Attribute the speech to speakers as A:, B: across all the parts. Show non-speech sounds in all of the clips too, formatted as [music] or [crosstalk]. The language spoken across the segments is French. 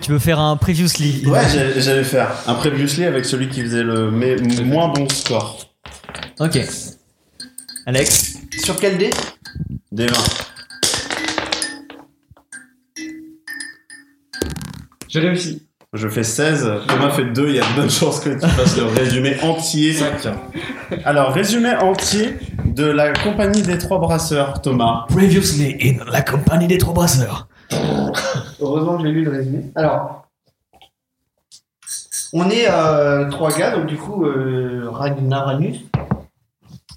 A: Tu veux faire un previously
B: Ouais, j'allais- j'allais faire un previously avec celui qui faisait le mais- moins bon score.
A: Ok. Alex
C: Sur quel dé
B: Des 20.
D: J'ai réussi.
B: Je fais 16, Thomas fait 2, il y a de bonnes chances que tu fasses le résumé entier. Alors, résumé entier de la compagnie des trois brasseurs, Thomas.
A: Previously in la compagnie des trois brasseurs.
D: Heureusement que j'ai lu le résumé.
C: Alors, on est euh, trois gars, donc du coup, euh, Ragnaranus,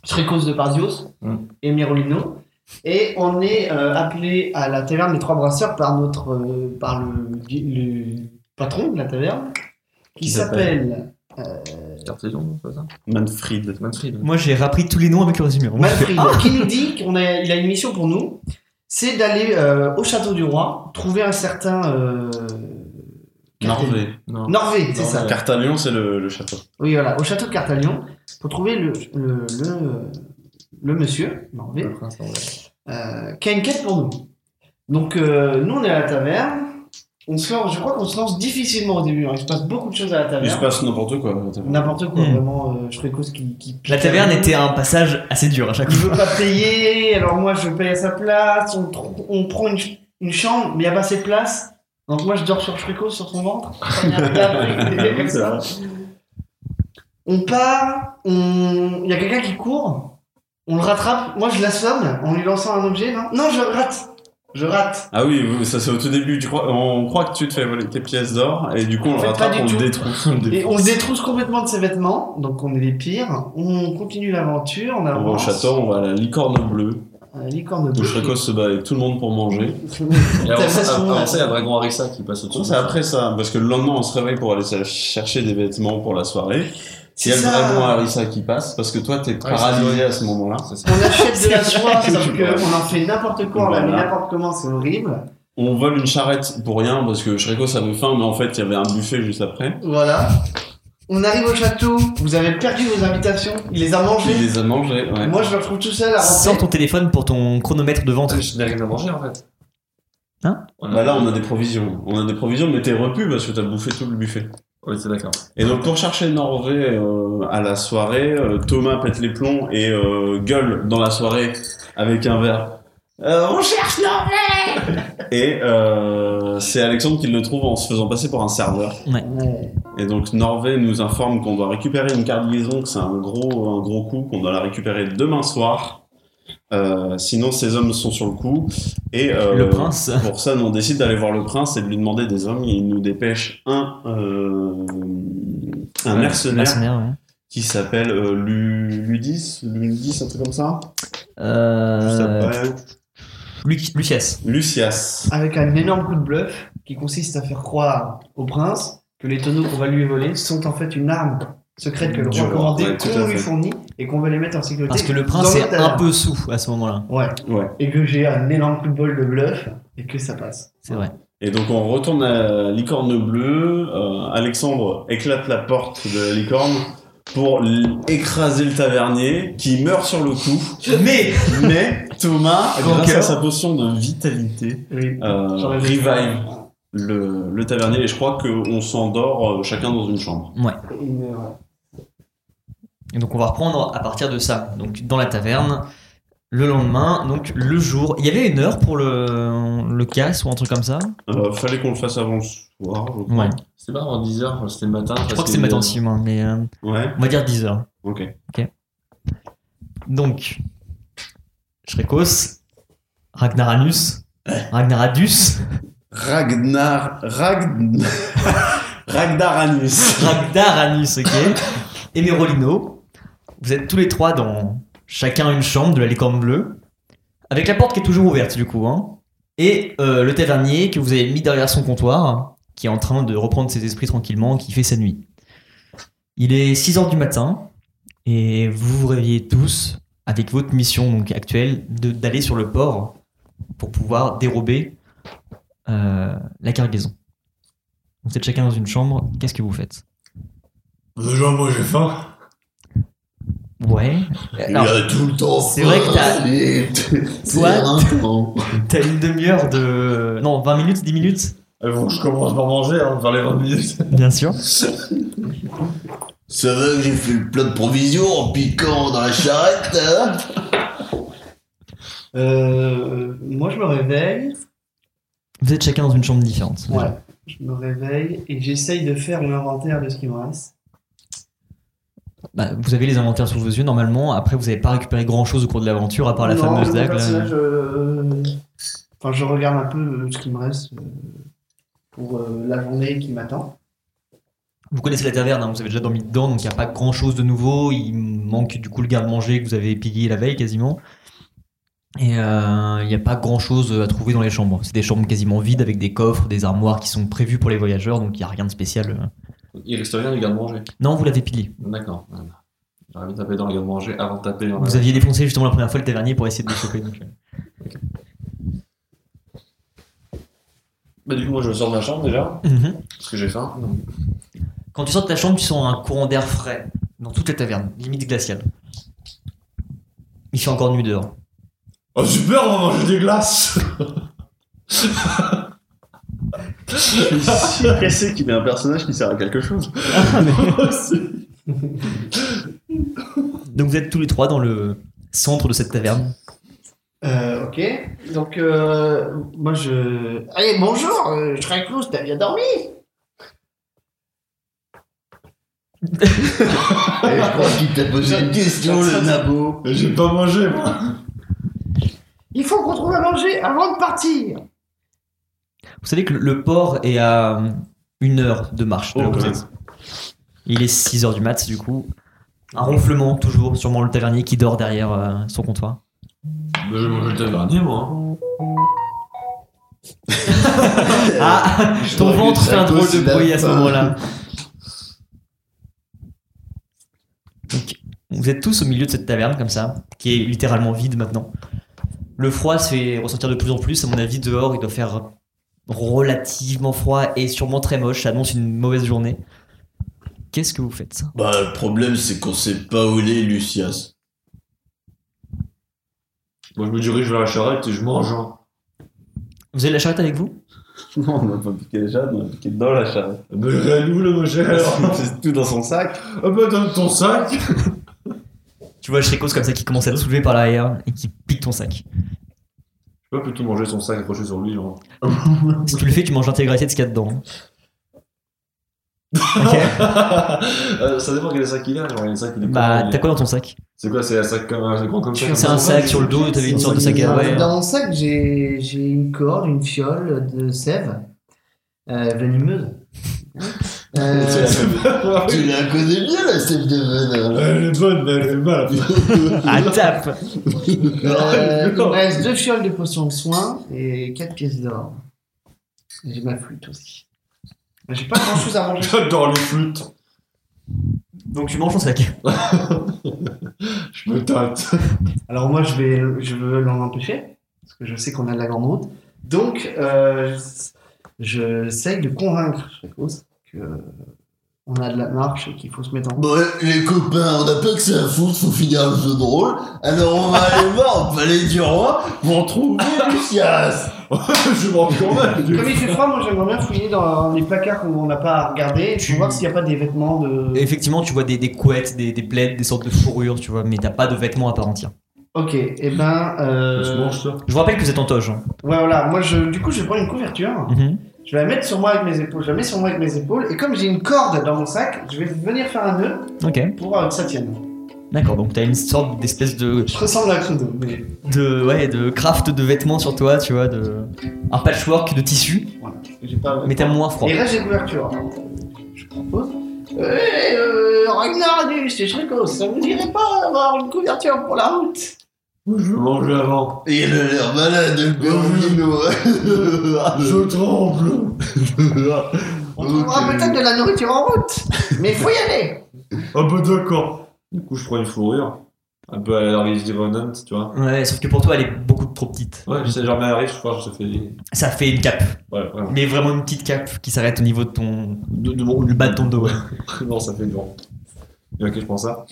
C: Shrikos de Parzios
E: Hmm.
B: Mm.
C: et Merolino. Et on est euh, appelé à la taverne des Trois Brasseurs par notre, euh, par le, le patron de la taverne, qui
E: Qui s'appelle
C: s'appelle
E: Cartesian, c'est ça
B: Manfred.
E: Manfred.
A: Moi j'ai rappris tous les noms avec le résumé. Moi, je fais-
C: Manfred, qui nous dit qu'il a, il a une mission pour nous, c'est d'aller euh, au château du roi, trouver un certain euh,
B: Norvé.
E: Non.
C: Norvé, c'est ça.
B: Cartalion, c'est le, le château.
C: Oui, voilà, au château de Cartalion, pour trouver le, le, le, le monsieur, Norvé,
E: Le prince norvégien.
C: euh, qui a une quête pour nous. Donc, euh, nous, on est à la taverne. On se lance, je crois qu'on se lance difficilement au début. hein. Il se passe beaucoup de choses à la
B: Il se
C: taverne.
B: passe n'importe quoi.
C: N'importe quoi,
A: Mm.
C: vraiment. euh, je fais cause qui, qui
A: La taverne était un passage assez dur à chaque
C: Il
A: fois.
C: veut pas payer, alors moi je paye à sa place. On, tr- on prend une, ch- une chambre, mais il n'y a pas assez de place. Donc moi je dors sur Frico, sur son
B: [laughs]
C: ventre. Et après, comme ça. On part, on... il y a quelqu'un qui court, on le rattrape, moi je l'assomme en lui lançant un objet, non Non, je rate Je rate
B: Ah oui, oui, ça c'est au tout début. Tu crois, on croit que tu te fais voler tes pièces d'or et du coup on
C: En
B: le
C: fait,
B: rattrape,
C: pas du
B: on le
C: tout.
B: détrousse. On le
C: Et on
B: défonce.
C: se détrousse complètement de ses vêtements, donc on est les pires. On continue l'aventure, on
B: On va au
C: avance.
B: château, on va à la licorne bleue,
C: Euh, licorne
B: où
C: bleue.
B: Shreko se bat avec tout le monde pour manger.
E: Et avant ça,
C: Tassation,
E: avant
C: là.
E: ça, il y a Dragon Arixa qui passe au-dessus.
B: C'est après ça, parce que le lendemain on se réveille pour aller se- chercher des vêtements pour la soirée. Il
C: C'est
B: y a le
C: ça.
B: dragon Arissa qui passe, parce que toi t'es paralysé à ce moment-là.
E: C'est ça.
C: On achète de la
A: C'est
C: soie,
B: vrai.
C: sauf qu'on en fait n'importe quoi, on la met
B: Voilà.
C: n'importe comment, c'est horrible.
B: On vole une charrette pour rien, parce que Shreko ça avait faim, mais en fait il y avait un buffet juste après.
C: Voilà. On arrive au château, vous avez perdu vos invitations, il les a
B: Il
C: mangées.
B: les a mangés, ouais.
C: Moi je me retrouve tout seul à
A: Sors
C: rentrer.
A: ton téléphone pour ton chronomètre de vente.
E: Je n'ai rien à manger en fait.
A: Hein
E: On a-
B: Bah là on a des provisions. On a des provisions, mais t'es repu parce que t'as bouffé tout le buffet.
E: Oui, c'est d'accord.
B: Et donc pour chercher Norvée euh, à la soirée, euh, Thomas pète les plombs et euh, gueule dans la soirée avec un verre. Euh, on cherche Norvée [laughs] Et euh, c'est Alexandre qui le trouve en se faisant passer pour un serveur.
C: Ouais.
B: Et donc Norvée nous informe qu'on doit récupérer une carte liaison, que c'est un gros, un gros coup, qu'on doit la récupérer demain soir. Euh, sinon ces hommes sont sur le coup. Et euh,
A: Le prince.
B: pour ça, nous on décide d'aller voir le prince et de lui demander des hommes. Il nous dépêche un, euh, un
E: Ouais,
B: mercenaire
A: Mercenaire, ouais.
B: qui s'appelle euh, Lu- Ludis, Ludis, un truc comme ça. Juste
A: Euh,
B: après.
A: Luc- Lucias.
B: Lucias.
C: Avec un énorme coup de bluff qui consiste à faire croire au prince que les tonneaux qu'on va lui voler sont en fait une arme secrète que le
B: Du
C: roi a
B: roi,
C: commandée,
B: ouais, tout à
C: qu'on lui
B: fait.
C: fournit et qu'on va les mettre en sécurité.
A: Parce que le
C: dans
A: prince
C: le
A: est
C: taverne.
A: un peu sous à ce moment-là.
C: Ouais.
B: Ouais.
C: Et que j'ai un énorme coup de bol de bluff et que ça passe.
A: C'est vrai.
B: Et donc on retourne à Licorne Bleue. Euh, Alexandre éclate la porte de la licorne pour l- écraser le tavernier qui meurt sur le coup.
C: Mais
B: Mais Thomas, grâce
C: Vainqueur.
B: à sa potion de vitalité,
C: Oui.
B: euh,
C: J'en avais
B: revive le, le tavernier et je crois qu'on s'endort euh, chacun dans une chambre.
C: Une, euh,
A: Et donc on va reprendre à partir de ça. Donc dans la taverne, le lendemain, donc le jour. Il y avait une heure pour le, le casse ou un truc comme ça
B: Euh, fallait qu'on le fasse avant le soir, je crois.
A: Ouais.
E: C'était pas en 10h, c'était le matin.
A: Je crois que c'est maintenant aussi, moi, mais euh,
B: Ouais,
A: on va dire 10 heures.
B: ok.
A: Donc, Shrekos, Ragnaranus, Ragnaradus,
B: Ragnar... Ragn... [laughs] Ragnaranus.
A: Ragnaranus, ok, et Merolino. Vous êtes tous les trois dans chacun une chambre de la licorne bleue, avec la porte qui est toujours ouverte du coup, hein. et euh, le tavernier que vous avez mis derrière son comptoir, qui est en train de reprendre ses esprits tranquillement, qui fait sa nuit. Il est 6 heures du matin, et vous vous réveillez tous avec votre mission donc, actuelle de- d'aller sur le port pour pouvoir dérober euh, la cargaison. Vous êtes chacun dans une chambre, qu'est-ce que vous faites
E: Déjà, moi j'ai faim.
A: Ouais. Alors,
E: tout le temps.
A: Euh, c'est vrai que t'as-
B: [laughs]
A: Toi, t'as une demi-heure de. Non, 20 minutes, 10 minutes
E: Euh, bon, je commence par manger hein, vers les 20 minutes. [laughs]
A: Bien sûr.
B: Ça va que j'ai fait le plat de provision en piquant dans la charrette, hein
C: Euh, moi, je me réveille.
A: Vous êtes chacun dans une chambre différente.
C: Ouais. Je me réveille et j'essaye de faire l'inventaire de ce qui me reste.
A: Bah, vous avez les inventaires sous vos yeux normalement. Après, vous n'avez pas récupéré grand chose au cours de l'aventure à part la
C: Non,
A: fameuse
C: mon
A: dague. là.
C: personnage, euh, Enfin, je regarde un peu euh, ce qui me reste euh, pour euh, la journée qui m'attend.
A: Vous connaissez la taverne, hein, vous avez déjà dormi dedans, donc il n'y a pas grand chose de nouveau. Il manque du coup le garde-manger que vous avez pillé la veille quasiment. Et euh, il n'y a pas grand chose à trouver dans les chambres. C'est des chambres quasiment vides avec des coffres, des armoires qui sont prévues pour les voyageurs, donc il n'y a rien de spécial. euh.
E: Il reste rien du garde-manger.
A: Non, vous l'avez pillé.
E: D'accord. J'aurais bien tapé dans le garde-manger avant de taper dans la...
A: Vous aviez défoncé justement la première fois le tavernier pour essayer de le choper. donc, euh.
E: Bah, du coup, moi, je sors de ma chambre déjà,
A: Mhm.
E: parce que j'ai faim.
A: Quand tu sors de ta chambre, tu sens un courant d'air frais dans toutes les tavernes, limite glacial. Il fait encore nuit dehors.
E: Oh, super, on va manger des glaces
F: Je suis si pressé qu'il ait un personnage qui sert à quelque chose.
A: Ah,
E: [laughs] Oh,
A: Donc vous êtes tous les trois dans le centre de cette taverne.
C: Euh, ok. Donc, euh, moi, je. Allez, bonjour, euh, je serai Clous, t'as bien dormi
B: Et Eh, je crois qu'il t'a posé une question, le nabo.
E: J'ai pas mangé, moi
C: Il faut qu'on trouve à manger avant de partir
A: Vous savez que le- le port est à euh, une heure de marche de là
F: Oh,
A: où
F: quand
A: vous êtes. Il est 6 heures du mat, du coup. Un ronflement, toujours, sûrement le tavernier qui dort derrière euh, son comptoir.
E: Bah, j'ai mangé le tavernier, moi. hein.
B: Euh.
A: Ah Ton ventre fait un drôle de bruit à ce moment-là. Donc, vous êtes tous au milieu de cette taverne comme ça, qui est littéralement vide maintenant. Le froid se fait ressentir de plus en plus. À mon avis, dehors, il doit faire relativement froid et sûrement très moche. Ça annonce une mauvaise journée. Qu'est-ce que vous faites
B: Bah, le problème, c'est qu'on sait pas où il est, Lucias.
E: Moi, je me dirige vers la charrette et je mange. hein.
A: Vous avez la charrette avec vous
F: Non, on n'a pas piqué les jades, on a piqué dans la charrette.
E: Bah, j'ai à nous, le mangeur
A: [laughs]
F: C'est tout dans son sac.
E: Ah bah, donne ton sac
A: Tu vois Shrikos comme ça qui commence à te soulever par l'arrière et qui pique ton sac.
E: Je peux plutôt manger son sac accroché sur lui, genre.
A: Si tu le fais, tu manges l'intégralité de ce qu'il y a dedans. Ok.
E: Euh, ça dépend quel sac il a, genre, il y a un sac, il est pas
A: Bah,
E: grand, il
A: t'as
E: est-
A: quoi dans ton sac
E: C'est quoi, c'est un sac comme un grand comme ça
A: C'est
E: comme
A: un
E: ça
A: sac sur le dos, t'avais une sorte de sac à ouais.
C: Dans mon sac, j'ai j'ai une corde, une fiole de sève euh,
A: [laughs]
C: venimeuse. Euh,
B: Tu la connais bien, la sève de venin.
E: Elle est bonne, mais elle est mal.
A: Ah, tape
C: euh, il me reste deux fioles de potions de soin et quatre pièces d'or. Et J'ai ma flûte aussi. J'ai pas grand chose à manger.
E: J'adore les flûtes.
A: Donc tu manges ton sac.
E: Je me tâte.
C: Alors moi, je vais, je veux l'en empêcher parce que je sais qu'on a de la grande route. Donc, euh, j'essaye de convaincre Frécos que on a de la marche et qu'il faut se mettre en.
B: Bon, les copains, on n'a pas que ça à foutre, faut finir le jeu de rôle. Alors on va aller voir au palais du roi pour trouver Lucias.
E: [laughs] je mange quand même.
C: Comme il fait froid, moi j'aimerais bien fouiller dans les placards qu'on n'a pas à regarder
A: Tu-
C: pour voir s'il n'y a pas des vêtements de.
A: Effectivement, tu vois des, des couettes, des, des plaids, des sortes de fourrures, tu vois, mais t'as pas de vêtements à part entière.
C: Ok, et ben. euh,
E: Je mange ça.
A: Je vous rappelle que vous êtes en toge. hein.
C: Ouais, voilà, moi je, du coup je vais prendre une couverture,
A: Mhm.
C: je vais la mettre sur moi avec mes épaules, je la mets sur moi avec mes épaules, et comme j'ai une corde dans mon sac, je vais venir faire un nœud
A: Ok,
C: pour euh, que ça tienne.
A: d'accord, donc t'as une sorte d'espèce de,
C: Je ressemble à Crudo, mais.
A: de. Ouais, de craft de vêtements sur toi, tu vois, de. Un patchwork de tissu,
C: Voilà, j'ai pas.
A: mais t'as moins froid.
C: Et là, j'ai couverture. Je propose. Euh, euh, Ragnar, c'est Shrikos, ça vous dirait pas d'avoir une couverture pour la route
E: Je veux manger avant.
B: Il a l'air malade, le [laughs] gourmino.
E: tremble.
C: On trouvera
B: Ok.
C: peut-être de la nourriture en route, mais faut y aller
E: Un peu Ah, bah, d'accord. Du coup, je prends une fourrure. Un peu à la Rise Revenant, tu vois.
A: Ouais, sauf que pour toi, elle est beaucoup trop petite.
E: Ouais, je sais, genre, mais elle arrive, je crois, je te fais. Ouais,
A: Ça fait une cape,
E: voilà.
A: mais vraiment une petite cape qui s'arrête au niveau de ton.
E: De, de mon
A: le bas de ton dos, ouais.
E: [laughs] Non, ça fait du vent. Et ok, je prends ça.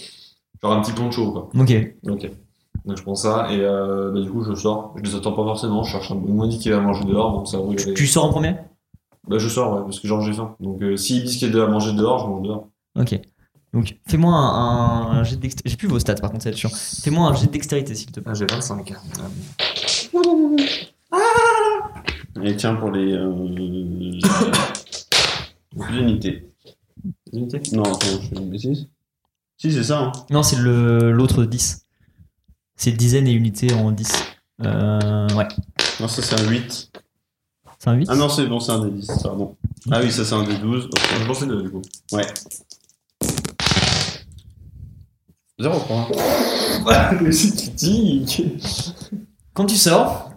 E: Genre un petit poncho, quoi.
A: Ok.
E: Ok. Donc je prends ça et euh, bah, du coup je sort. Je les attends pas forcément. Je cherche un bon monique qui va manger dehors. Donc ça roule.
A: Tu sors en premier
E: Bah, je sors, ouais, parce que genre, j'ai faim. Donc, euh, s'ils disent qu'il y a de à manger dehors, je mange dehors.
A: Ok. Donc, fais-moi un, un jet de dextérité. J'ai plus vos stats par contre, c'est chiant. Fais-moi un jet de dextérité s'il te plaît.
E: Ah, j'ai 25.
G: Et tiens, pour les. Euh, l'unité. L'unité Non, attends, je fais une bêtise. Si, c'est ça. Hein.
A: Non, c'est le- l'autre 10. C'est dizaines et unités en 10. Euh, ouais.
G: Non, ça, c'est un 8.
A: C'est un 8
G: Ah non, c'est bon, c'est un des 10, pardon. Ah oui, ça, c'est un des 12. Ok.
E: Je pensais de, du coup.
G: 0
E: hein.
G: point.
E: Mais si tu dis.
A: Quand tu sors,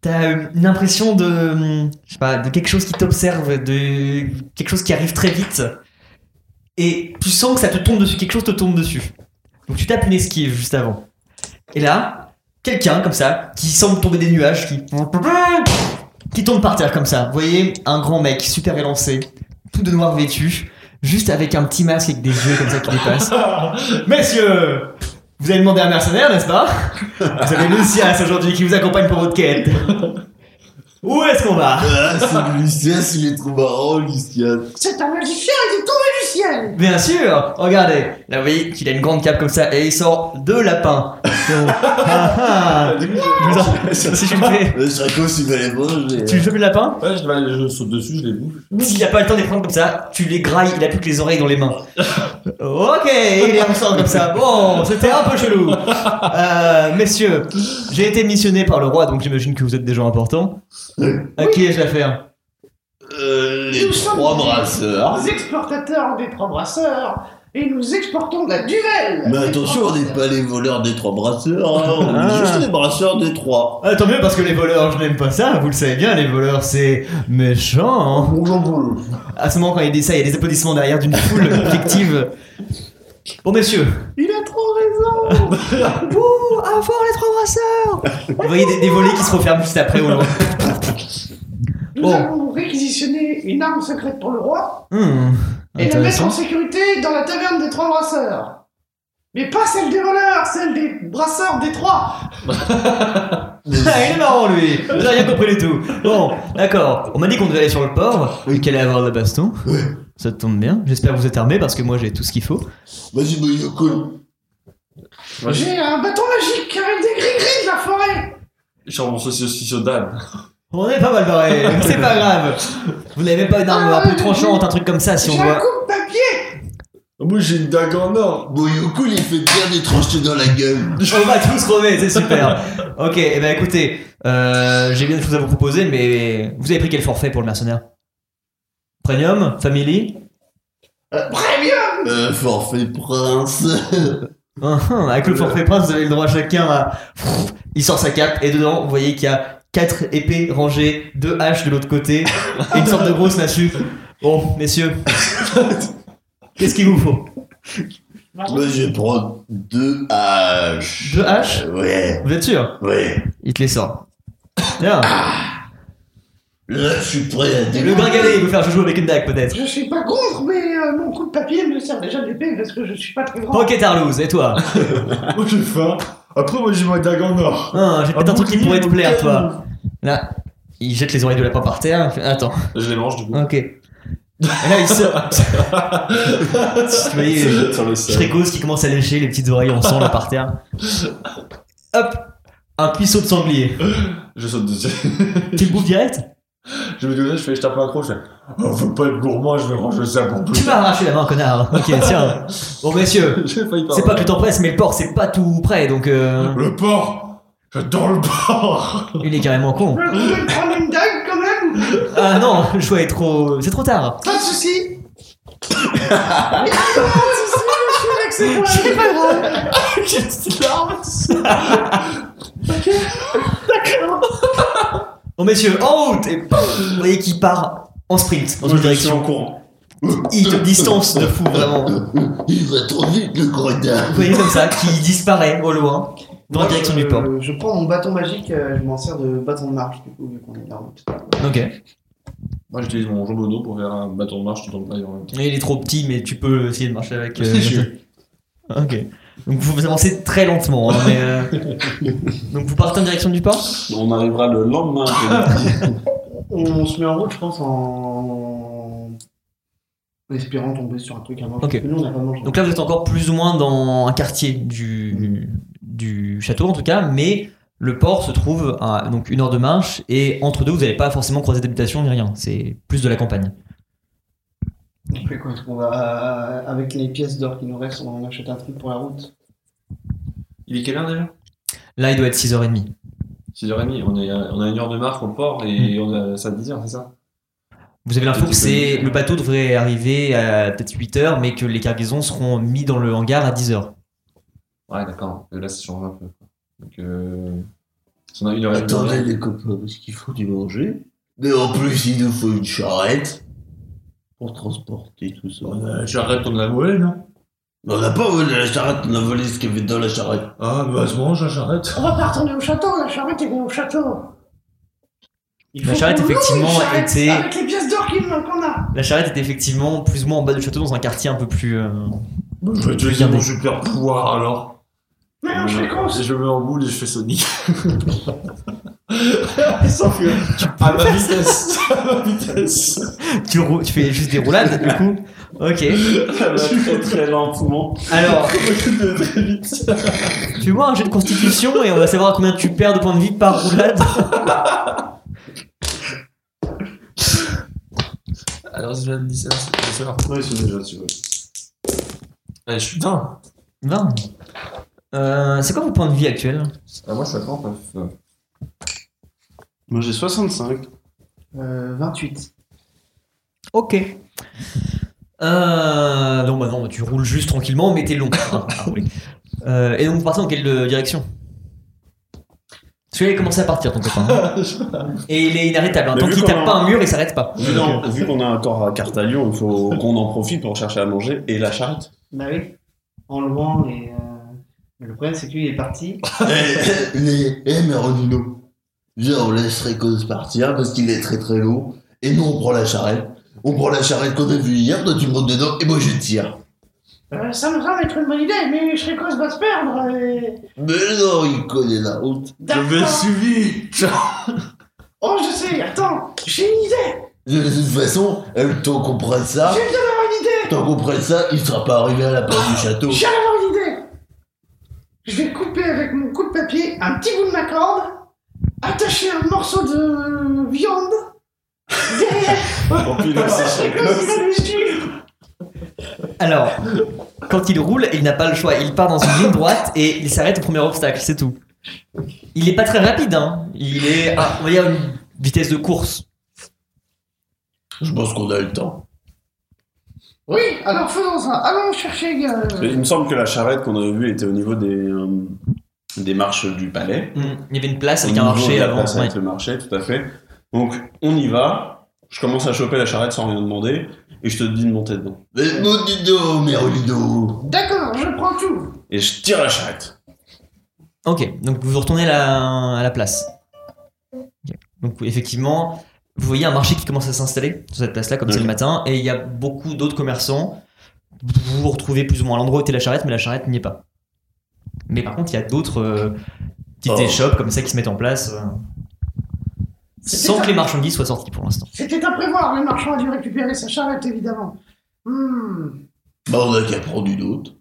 A: t'as euh, une impression de, hum, je sais pas, de quelque chose qui t'observe, de quelque chose qui arrive très vite. Et tu sens que ça te tombe dessus, quelque chose te tombe dessus. Donc tu tapes une esquive juste avant. Et là, quelqu'un comme ça, qui semble tomber des nuages, qui, qui tombe par terre comme ça. Vous voyez, un grand mec super élancé, tout de noir vêtu, juste avec un petit masque avec des yeux comme ça qui dépassent. [laughs] Messieurs, vous avez demandé un mercenaire, n'est-ce pas vous avez Lucias aujourd'hui qui vous accompagne pour votre quête. [laughs] Où est-ce qu'on va
B: Ah, c'est Lucias, il est trop marrant, Lucias.
A: Bien sûr Regardez Là, vous voyez qu'il a une grande cape comme ça et il sort deux lapins. Donc, [laughs] ah, ah. Vous en- si je le fais.
B: Le Chacos, il va les manger.
A: Tu fais le lapin
E: Ouais, je, bah, je saute dessus, je les bouffe.
A: S'il n'a pas le temps de les prendre comme ça, tu les grailles, il a plus que les oreilles dans les mains. Ok, il les ressort comme ça. Bon, c'était un peu chelou. Euh, messieurs, j'ai été missionné par le roi, donc j'imagine que vous êtes des gens importants. À qui ai-je l'affaire
B: Euh, les trois brasseurs.
H: Les exportateurs des trois brasseurs et nous exportons de la duvel
B: Mais attention, on n'est pas les voleurs des trois brasseurs, hein, on
A: Ah.
B: est juste les brasseurs des trois.
A: Ah, tant mieux parce que les voleurs, je n'aime pas ça, vous le savez bien, les voleurs c'est méchant.
B: Bonjour, bonjour.
A: À ce moment, quand il dit ça, il y a des applaudissements derrière d'une foule [laughs] fictive. Bon, messieurs,
H: Il a trop raison
A: Ouh, Oh, à fort les trois brasseurs Vous voyez des, des volets qui se referment juste après [laughs] au loin.
H: Nous
A: Bon.
H: allons réquisitionner une arme secrète pour le roi
A: Hmm,
H: et la mettre en
A: intéressant.
H: sécurité dans la taverne des trois brasseurs. Mais pas celle des voleurs, celle des brasseurs des trois
A: Ah, il est marrant lui J'ai rien compris du tout Bon, d'accord, on m'a dit qu'on devait aller sur le port, oui. qu'elle allait avoir le baston.
B: Ouais.
A: Ça tombe bien, j'espère que vous êtes armés parce que moi j'ai tout ce qu'il faut.
B: Vas-y, Boyoko.
E: Moi, je
H: J'ai un bâton magique avec des gris-gris de la forêt
E: je suis en saucisson d'âne.
A: On est pas mal
H: [laughs]
A: barré, c'est pas grave Vous n'avez même pas une arme un peu tranchante, un truc comme ça si on
H: J'ai un
A: doit...
H: coupe-papier
E: Moi, j'ai une dague en or.
B: Boyoko, il fait bien des tranchées dans la gueule.
A: On va tous crever, c'est super. Ok, et ben écoutez, euh, j'ai bien des choses à vous proposer, mais vous avez pris quel forfait pour le mercenaire Premium Family
B: Euh, forfait prince.
A: Hum, hum, Avec le forfait prince, vous avez le droit chacun à... Pfff, Il sort sa cape et dedans, vous voyez qu'il y a quatre épées rangées, deux haches de l'autre côté et une sorte de grosse massue. Bon, messieurs, qu'est-ce qu'il vous faut
B: Moi, je vais prendre deux haches.
A: Deux haches
B: Ouais,
A: Vous êtes sûr
B: ouais.
A: Il te les sort. Bien.
B: Là, je suis prêt à
A: Le
B: dégager.
A: gringalet, il veut faire jouer avec une dague peut-être.
H: Je suis pas contre, mais euh, mon coupe-papier me sert déjà d'épée parce que je suis pas très grand.
A: Ok Tarlouse, et toi
E: Moi, j'ai faim. Après, moi, j'ai ma dague en or.
A: Hein, J'ai peut-être un truc qui pourrait te
E: bouclier,
A: plaire,
E: mon
A: toi. Là, il jette les oreilles de lapin par terre. il fait, Attends,
E: Je les mange, du coup.
A: ok. Et là, il sort. Vous voyez,
E: Je les jette sur le sol.
A: Shrekos qui commence à lécher les petites oreilles en sang là par terre. Hop Un puisseau de sanglier.
E: Je saute dessus. [laughs]
A: Tu le bouffes direct
E: Je me dis, je, fais, je tape un croc, je fais, oh, faut pas être gourmand, je vais ranger ça pour
A: Tu
E: plus.
A: m'as arraché la main, connard. Ok, tiens. Bon, messieurs,
E: [laughs] J'ai failli
A: c'est pas que le temps presse, mais le port, c'est pas tout près, donc euh,
E: Le porc J'adore le porc
A: il est carrément con.
H: Je peux me prendre une dague quand même
A: Ah non, le choix est trop... C'est trop
B: [laughs]
A: tard.
H: Pas de soucis Pas de soucis,
A: [laughs]
H: je suis vacciné. C'est pas grave
A: Bon, messieurs, en route Et pouf, vous voyez qu'il part en sprint dans
G: Moi,
A: une
G: je suis
A: direction.
G: en courant.
A: Il te distance de fou, vraiment. Vous
B: Il va trop vite, le grenat.
A: voyez comme ça, qui disparaît au loin, dans la direction
H: je,
A: du port.
H: euh,
G: Euh,
H: Je prends mon bâton magique, euh, je m'en sers de bâton de marche du coup, vu qu'on est de la route.
A: Ok.
E: Moi j'utilise mon jambon d'eau pour faire un bâton de marche tout en tailleur en même temps.
A: Il est trop petit, mais tu peux essayer de marcher avec. euh,
E: Je suis-
A: ok. Donc vous avancez très lentement, hein, mais.
G: [laughs]
A: euh, Donc vous partez en direction du port
G: On arrivera le lendemain.
H: on se met en route, je pense, en en espérant tomber sur un truc à manger.
A: Ok.
H: Parce que nous, on n'a pas mangé.
A: Donc là, vous êtes encore plus ou moins dans un quartier du, du château, en tout cas, mais le port se trouve à donc une heure de marche, et entre deux, vous n'allez pas forcément croiser d'habitation ni rien. C'est plus de la campagne.
H: Après, quoi, est-ce qu'on va, euh, avec les pièces d'or qui nous restent, on en achète un truc pour la route.
E: [laughs] Il est quelle heure déjà
A: Là, il doit être 6h30.
E: 6h30, on, est, à- on a une heure de marche au port et on a ça à 10h, c'est ça
A: Vous avez l'info
E: Petit
A: que c'est
E: peu.
A: le bateau devrait arriver à peut-être 8h, mais que les cargaisons seront mis dans le hangar à 10h.
E: Ouais, d'accord. Là, ça change un peu. quoi. Donc, euh, si on a une heure et demie-
B: Attendez les copains, parce qu'il faut du manger. Mais en plus, il nous faut une charrette pour transporter tout ça.
E: Euh, La charrette, on l'a volée, non
B: Mais on n'a pas volé la charrette, on a volé ce qu'il y avait dans la charrette.
E: Ah, bah, se mange la charrette.
C: On va pas retourner au château, la charrette est venue au château.
A: La charrette, effectivement, était,
C: Avec les pièces d'or qu'il manque, qu'on a.
A: la charrette était effectivement plus ou moins en bas du château dans un quartier un peu plus. euh,
E: Je vais te dire mon super pouvoir alors.
C: Mais non, je fais con.
E: je me mets en boule et je fais [laughs] Sonic. Sauf que à ma vitesse, [laughs] à ma vitesse,
A: Tu, rou- tu fais juste des roulades, du coup. [laughs] Ok.
G: Ça va très très lentement. [laughs]
A: Alors,
G: très vite.
A: fais-moi un jeu de constitution et on va savoir combien tu perds de points de vie par roulade.
E: Alors je viens de dire ça, c'est ça.
G: Ouais, c'est déjà dessus. ouais.
E: Allez, Eh, je suis dingue.
A: 20. Euh, c'est quoi vos points de vie actuels
E: Ah, moi, ça prend pas.
G: Moi j'ai 65.
H: Euh, 28.
A: Ok. Euh, non, bah non, bah tu roules juste tranquillement, mais t'es [laughs] long. Ah, ah, oui. Euh, et donc, vous partez dans quelle euh, direction Parce qu'il a commencé à partir, ton copain. hein.
G: [laughs]
A: et il est inarrêtable. hein.
G: Mais
A: Tant
G: vu
A: qu'il tape
G: comment-
A: pas un mur, il s'arrête pas.
G: Vu qu'on- vu qu'on a un corps à carte à Lyon, il faut qu'on en profite pour chercher à manger et la charrette.
H: Bah oui. En levant les. euh, Le problème, c'est que lui, il est parti.
B: Eh, eh, les- eh, mais Rodino, viens, on laisserait Cause partir parce qu'il est très très lourd. Et nous, on prend la charrette. On prend la charrette qu'on a vue hier, toi tu montes dedans et moi je tire.
C: Euh, ça me semble être une bonne idée, mais je serais cause va se perdre. Et...
B: Mais non, il connaît la route.
C: D'accord.
E: vite.
C: Oh, je sais, attends, j'ai une idée.
B: De toute façon, euh, tant qu'on prenne ça,
C: J'ai bien avoir une idée.
B: tant qu'on prenne ça, il sera pas arrivé à la porte du château.
C: J'ai avoir une idée. Je vais couper avec mon coupe papier un petit bout de ma corde, attacher un morceau de viande derrière.
G: Tant pis, là,
C: Comme ça, je
G: c'est
C: serais cause il va nous suivre.
A: Alors, quand il roule, il n'a pas le choix. Il part dans une ligne droite et il s'arrête au premier obstacle, c'est tout. Il est pas très rapide, hein. Il est, à, on va dire, une vitesse de course.
B: Je pense qu'on a le temps.
C: Oui, alors faisons ça. Allons chercher. euh,
G: Il me semble que la charrette qu'on avait vue était au niveau des, euh, des marches du palais.
A: Hmm, Il y avait une place avec
G: Au
A: un
G: niveau de
A: marché
G: la
A: avant.
G: place avec
A: ouais.
G: le marché, tout à fait. Donc on y va. Je commence à choper la charrette sans rien demander et je te dis de monter dedans.
B: Mais Rodino, mais oh, Rodino.
C: D'accord, je prends tout.
G: Et je tire la charrette.
A: Ok, donc vous retournez la- à la place. Ok. Donc effectivement, vous voyez un marché qui commence à s'installer sur cette place-là, comme c'est
G: Ok.
A: le matin, et il y a beaucoup d'autres commerçants. Vous vous retrouvez plus ou moins à l'endroit où était la charrette, mais la charrette n'y est pas. Mais par contre, il y a d'autres euh, petites
B: Oh.
A: échoppes comme ça qui se mettent en place. euh, sans
C: bizarre.
A: que les marchandises soient sorties pour l'instant.
C: C'était à prévoir. Le marchand a dû récupérer sa charrette, évidemment. Hmm,
B: Bah on a qu'à prendre une autre.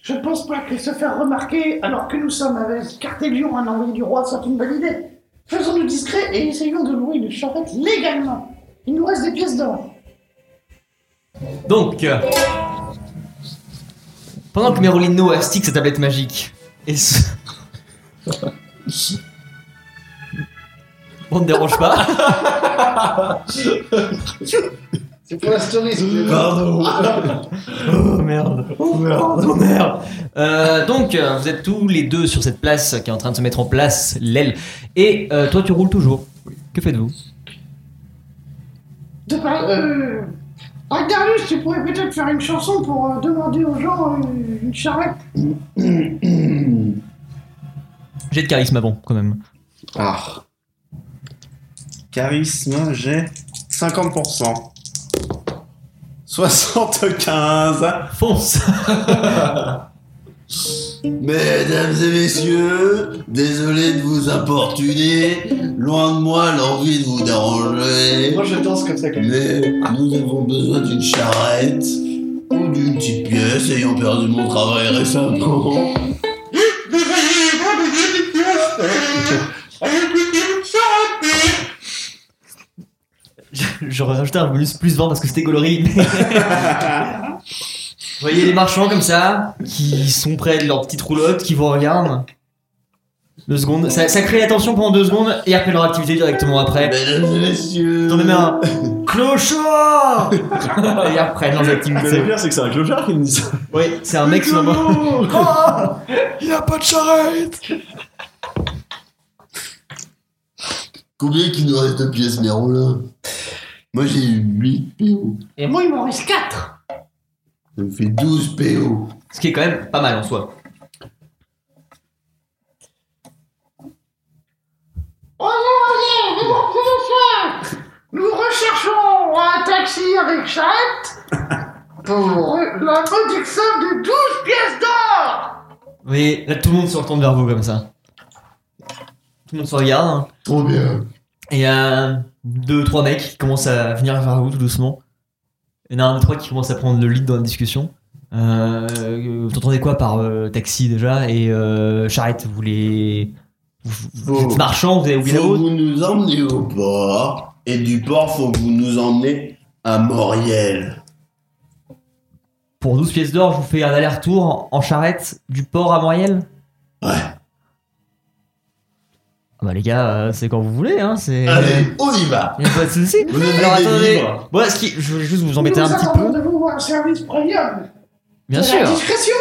C: Je pense pas que se faire remarquer alors que nous sommes avec Cartélion, un envoyé du roi, soit une bonne idée. Faisons-nous discrets et essayons de louer une charrette légalement. Il nous reste des pièces d'or.
A: Donc, euh, pendant que Merolino astique sa tablette magique et se... [laughs] On ne dérange pas.
H: C'est pour la story. c'est-
B: Pardon.
A: [laughs] Oh merde. Oh merde. Oh merde. Euh, donc, euh, vous êtes tous les deux sur cette place qui est en train de se mettre en place, l'aile. Et euh, toi, tu roules toujours. Que faites-vous
C: De par... Euh... Darius, tu pourrais peut-être faire une chanson pour euh, demander aux gens euh, une charrette.
A: J'ai de charisme avant, quand même.
G: Ah. Charisme, j'ai 50%. 75.
A: Fonce
B: Mesdames et messieurs, désolé de vous importuner, loin de moi l'envie de vous déranger,
H: Moi, je danse comme ça quand même.
B: mais nous avons besoin d'une charrette ou d'une petite pièce ayant perdu mon travail récemment.
A: J'aurais rajouté un bonus plus 20 parce que c'était [laughs] Golory. mais- Vous voyez les marchands comme ça, qui sont près de leur petite roulotte, qui vous regardent. Deux secondes. Ça, ça crée la tension pendant deux secondes et après leur activité directement
H: Eh.
A: après.
B: Mesdames et messieurs,
A: J'en ai mis un.
G: [laughs]
A: Clochard Et après, dans
G: Mais le
A: l'activité.
G: pire, c'est que c'est un clochard qui me dit ça.
A: Oui, c'est un mec sur moi. [laughs]
B: combien qu'il nous reste de pièces, Mero là Moi j'ai eu 8 PO,
C: Et moi, il m'en reste 4.
B: ça me fait 12 PO.
A: Ce qui est quand même pas mal en soi.
C: Oh Nous recherchons un taxi avec charrette pour la réduction de 12 pièces d'or.
A: Mais là, tout le monde se retourne vers vous comme ça. Tout le monde se regarde. hein.
B: Trop bien.
A: Et il y a deux, trois mecs qui commencent à venir vers vous tout doucement. Il y en a un des trois qui commence à prendre le lead dans la discussion. Euh, euh, vous entendez quoi par euh, taxi déjà et euh, charrette Vous les. Vous, vous
B: Faux.
A: êtes marchand, vous avez oublié la
B: Faut que
A: route
B: vous nous emmenez au port, et du port, faut que vous nous emmenez à Moriel.
A: Pour 12 pièces d'or, je vous fais un aller-retour en charrette du port à Moriel
B: Ouais.
A: Ah Bah les gars, euh, c'est quand vous voulez, hein, c'est.
B: Allez, on y va
A: Y a pas de soucis.
B: Vous avez
A: Alors
B: des
A: attendez,
B: livres
A: moi, ce qui- je voulais juste vous
C: Nous
A: embêter un petit
C: attendons
A: peu.
C: de vous un service premium.
A: Bien
C: de
A: sûr.
C: La discrétion.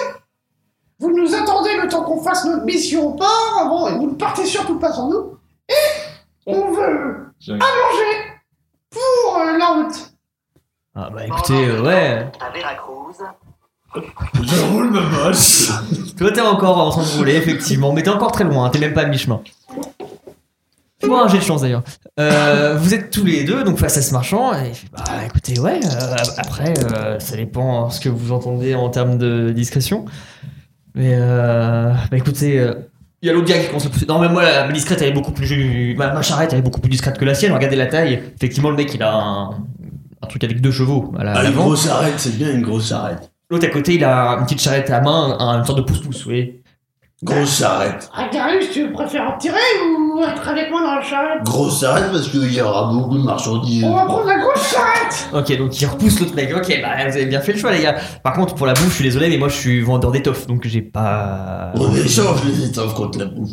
C: Vous nous attendez le temps qu'on fasse notre mission au port. Avant, et vous ne partez surtout pas sans nous. Et on veut
E: J'ai-
C: manger pour euh, la route.
A: Ah bah écoutez, euh, ouais.
I: à Veracruz.
G: Je roule ma bosse.
A: Toi, t'es encore en train de rouler, effectivement, mais t'es encore très loin, hein, t'es même pas à mi-chemin. Moi, j'ai de chance d'ailleurs. Euh, vous êtes tous les deux donc face à ce marchand, et il fait, bah écoutez, ouais, euh, après, euh, ça dépend ce que vous entendez en termes de discrétion. Mais euh, bah écoutez, euh, il y a l'autre gars qui commence à pousser. Non, mais moi, la- ma discrète, elle est beaucoup plus. Ma, ma charrette, elle est beaucoup plus discrète que la sienne, regardez la taille. Effectivement, le mec, il a un, un truc avec deux chevaux à la-
B: Ah,
A: à
B: une
A: l'avant.
B: grosse arête, c'est bien une grosse arête.
A: L'autre à côté, il a une petite charrette à main, un- une sorte de pouce-pouce, vous voyez.
B: Grosse arête.
C: Agarius, Ah, tu préfères en tirer ou être avec moi dans la charrette
B: Grosse arête parce qu'il y aura beaucoup de marchandises.
A: Oh,
C: On va prendre la grosse charrette.
A: Ok, donc il repousse l'autre mec. Ok, bah vous avez bien fait le choix, les gars. Par contre, pour la bouffe, je suis désolé, mais moi je suis vendeur d'étoffes, donc j'ai pas.
B: On échange les étoffes contre la bouffe.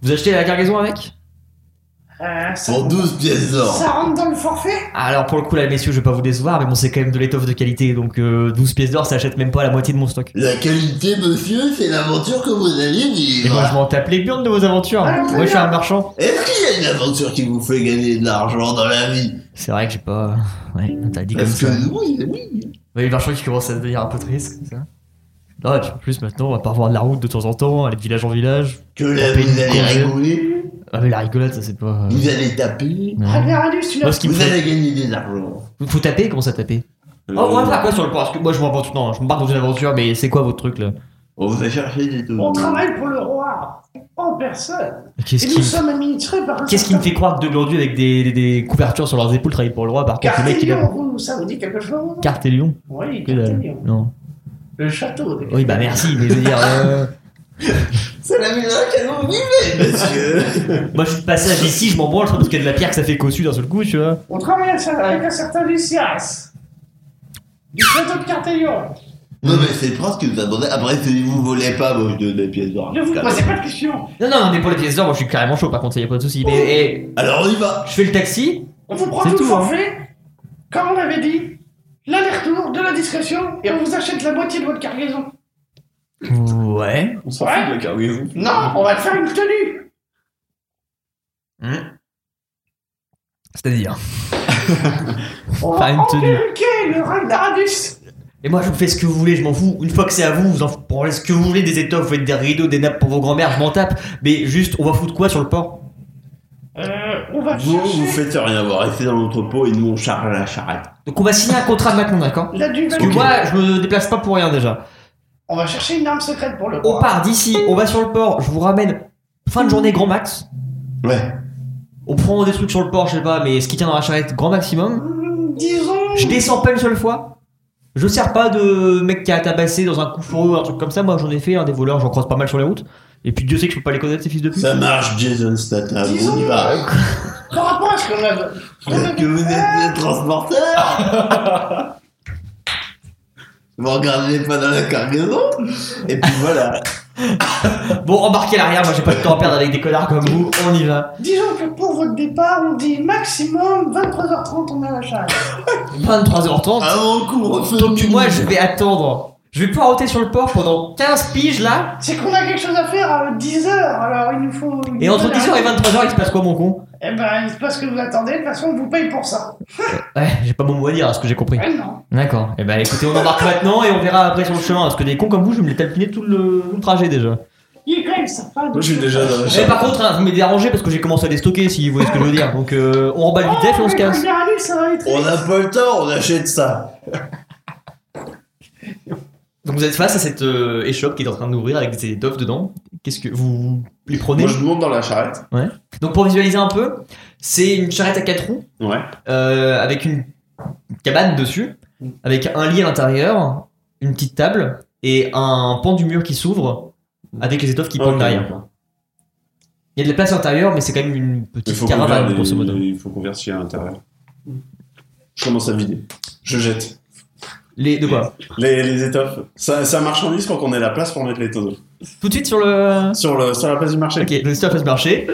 A: Vous achetez la cargaison avec
C: Euh, ça,
B: Pour 12 pièces d'or.
C: ça rentre dans le forfait
A: Alors pour le coup, là, messieurs, je vais pas vous décevoir, mais bon, c'est quand même de l'étoffe de qualité, donc euh, 12 pièces d'or, ça achète même pas la moitié de mon stock.
B: La qualité, monsieur, c'est l'aventure que vous
A: Et
B: allez
A: moi, je
B: vivre.
A: m'en tape les burnes de vos aventures.
C: Ah, très
A: moi, je suis
C: bien.
A: un marchand.
B: Est-ce qu'il y a une aventure qui vous fait gagner de l'argent dans la vie
A: C'est vrai que j'ai pas. Ouais, t'as dit comme
B: Parce
A: ça.
B: que oui, oui.
A: Vous voyez le marchand qui commence à devenir un peu triste, comme ça. Non, et puis en plus, maintenant, on va pas revoir de la route de temps en temps, aller de village en village.
B: Que la
A: Taper
B: vous
A: une
B: allez
A: congé.
B: rigoler,
A: Ah, mais la rigolade, ça c'est pas. euh,
B: vous allez taper,
A: non.
C: Agarius, Ah, tu
A: Moi,
C: l'as
A: ce qui me
B: vous
A: fait.
B: allez gagner des argent.
A: Faut taper, comment ça taper Oh, on va faire quoi sur le port Parce que moi je m'embarque non, je m'embarque dans une aventure, mais c'est quoi votre truc là
B: On va chercher des
C: On
B: étoffes.
C: travaille pour le roi en personne.
A: Qu'est-ce
C: Et nous
A: qui,
C: sommes administrés par un
A: qu'est-ce qui me fait croire que deux glandus avec des, des- des couvertures sur leurs épaules travaillent pour le roi Par contre, le mec il a.
C: Cartelion, vous, ça vous dit quelque chose
A: Cartélion
C: Oui,
A: Que dalle.
C: Cartelion.
A: Non.
C: Le château. des-
A: Oui, bah merci, mais je veux dire. euh,
B: C'est la maison à laquelle on vivait,
A: [laughs]
B: monsieur.
A: moi je suis de passage ici, je m'en branle, je trouve, parce qu'il y a de la pierre que ça fait cossu d'un seul coup, tu vois.
C: On travaille avec avec un certain Lucias. Du château de Cartelion.
B: non, mais c'est le prince qui nous a demandé. Après, si vous volez pas, moi je donne des pièces d'or.
C: Ne vous posez pas de questions.
A: Non, non, mais pour les pièces d'or, moi je suis carrément chaud, par contre, il y a pas de souci. Mais eh,
B: Alors on y va.
A: je fais le taxi,
C: On vous prend
A: C'est
C: tout,
A: tout, hein.
C: le forfait, comme on l'avait dit, l'aller-retour, de la discrétion, et on vous achète la moitié de votre cargaison.
A: Ouais.
G: On s'en fout de la cargaison.
C: Non, on va faire une tenue.
A: C'est-à-dire.
C: On
A: Faire
C: va
A: une tenue.
C: emperruquer le roi d'Aradus.
A: Et moi, je vous fais ce que vous voulez, je m'en fous. Une fois que c'est à vous, vous en prenez ce que vous voulez, des étoffes, vous faites des rideaux, des nappes pour vos grands-mères, je m'en tape. Mais juste, on va foutre quoi sur le port
C: Euh, on va
B: Vous,
C: chercher
B: vous faites rien voir. Restez dans l'entrepôt et nous on charge la charrette.
A: hein. Donc on va signer un contrat maintenant, d'accord
C: la duvet.
A: Parce que moi, je me déplace pas pour rien déjà.
C: On va chercher une arme secrète pour le
A: On
C: roi.
A: part d'ici, on va sur le port, je vous ramène fin de journée grand max.
B: Ouais.
A: On prend des trucs sur le port, je sais pas, mais ce qui tient dans la charrette grand maximum.
C: Hmm, Disons.
A: Je descends pas une seule fois. Je sers pas de mec qui a tabassé dans un coup fourreux, un truc comme ça. Moi, j'en ai fait, hein, des voleurs, j'en croise pas mal sur les routes. Et puis Dieu sait que je peux pas les connaître, ces fils de pute.
B: Ça marche, Jason Statham. On y
C: Disons-
B: va.
C: Par rapport à ce qu'on a.
B: Peut-être que vous êtes des transporteurs. vous regardez pas dans la cargaison. Et puis voilà.
A: Bon, embarquez à l'arrière, moi j'ai pas de temps à perdre avec des connards comme vous, on y va.
C: Disons que pour votre départ, on dit maximum 23h30, on est à la charrette.
A: 23h30.
B: Avant couvre-feu.
A: Donc moi, je vais attendre. Je vais pouvoir rôter sur le port pendant 15 piges là.
C: C'est qu'on a quelque chose à faire à 10h, alors il nous faut.
A: Et entre 10h et 23h, il se passe quoi, mon con
C: Eh ben, il se passe ce que vous attendez, de toute façon, on vous paye pour ça.
A: Ouais, j'ai pas mon mot à dire à ce que j'ai compris.
C: Eh non.
A: D'accord. Et ben écoutez, on embarque maintenant et on verra après sur le chemin. Parce que des cons comme vous, je vais me les tapiner tout le, tout le trajet déjà.
C: Il est quand même sympa. de-
G: Moi, je suis déjà dans la
B: Eh,
A: Mais
G: chambre.
A: par contre, hein, vous m'avez dérangé parce que j'ai commencé à les stocker, si vous voyez ce que je veux dire. Donc euh, on remballe
C: Oh,
A: vite def et on se
C: mais
A: casse.
C: regarde, lui, ça va être-
B: On n'a pas le temps, on achète ça.
A: Donc vous êtes face à cette euh, échoppe qui est en train d'ouvrir avec des œufs dedans. Qu'est-ce que vous vous les prenez
G: Moi, je monte dans la charrette.
A: Donc pour visualiser un peu, c'est une charrette à quatre roues
G: Ouais.
A: euh, avec une cabane dessus, avec un lit à l'intérieur, une petite table et un pan du mur qui s'ouvre avec les étoffes qui pendent
G: Ok.
A: derrière. Il y a de la place intérieure, mais c'est quand même une
G: Il
A: petite
G: faut qu'on
A: caravane,
G: regarde
A: grosso modo.
G: les- il faut qu'on regarde ce qu'il y a à l'intérieur. Je commence à vider. Je jette.
A: Les, de quoi
G: Les, les étoffes. Ça, ça marchandise pour qu'on ait la place pour mettre les tonneaux.
A: Tout de suite sur le.
G: Sur, le, sur la place du marché.
A: Ok, le stuff à se marcher.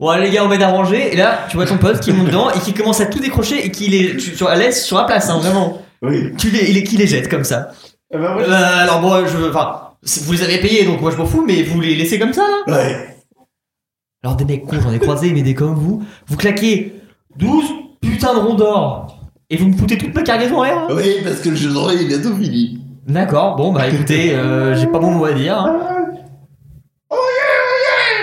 A: Bon, allez, les gars, on met d'arranger. Et là, tu vois ton pote qui monte dedans et qui commence à tout décrocher et qui les. Tu, tu- à l'aise sur la place, hein, vraiment.
G: Oui.
A: Tu les, il, qui les jette comme ça.
G: Eh ben,
A: Euh,
G: ouais.
A: alors, moi, je. Enfin, c'est- vous les avez payés, donc moi, je m'en fous, mais vous les laissez comme ça, là
B: Ouais.
A: Alors, des mecs cons, j'en ai croisé, mais des comme vous. Vous claquez 12 putains de ronds d'or et vous me foutez toute ma cargaison en l'air là
B: Oui, parce que le jeu de rôle est bientôt fini.
A: D'accord, bon, bah écoutez, euh, j'ai pas mon mot à dire. hein.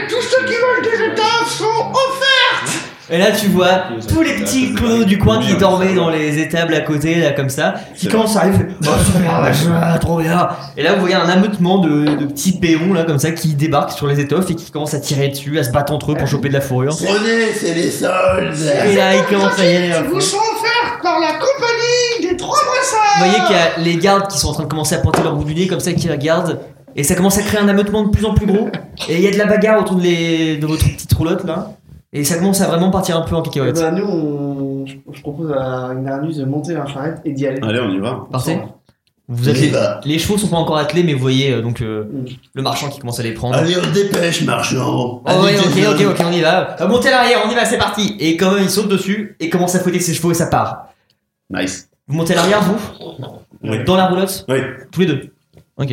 C: Tous ceux qui veulent des étoffes sont offerts
A: Et là, Ah, tu vois tous les petits clodos du coin qui dormaient dans les étables à côté, là, comme ça, qui commencent à arriver. Oh, super, machin, trop bien. Et là, vous voyez un ameutement de, de petits péons, là, comme ça, qui débarquent sur les étoffes et qui commencent à tirer dessus, à se battre entre eux pour choper de la fourrure.
B: Prenez, c'est les soldes.
A: Et là, ils commencent à y aller.
C: qui vous sont offerts par la compagnie des trois brassards
A: Vous voyez qu'il y a les gardes qui sont en train de commencer à pointer leur bout du nez, comme ça, qui regardent. Et ça commence à créer un ameutement de plus en plus gros. Et il y a de la bagarre autour de, les, de votre petite roulotte, là. Et ça commence à vraiment partir un peu en
H: Eh
A: cacahuète.
H: ben, nous, on... je je propose à Ignarius de monter la charrette et d'y aller.
G: Allez, on y
B: bah,
G: va.
A: Partez. Vous
B: On y
A: êtes les,
B: va.
A: les chevaux sont pas encore attelés, mais vous voyez euh, donc euh,
H: Mm.
A: le marchand qui commence à les prendre.
B: Allez, on dépêche, marchand.
A: Oh, ouais,
B: Allez,
A: ok,
B: Jason.
A: ok, ok, on y va. Euh, montez à l'arrière, on y va, c'est parti. Et quand même, il saute dessus et commence à fouetter ses chevaux et ça part.
G: Nice.
A: Vous montez à l'arrière, vous
G: Oui.
A: Dans la roulotte
G: Oui.
A: Tous les deux. Ok.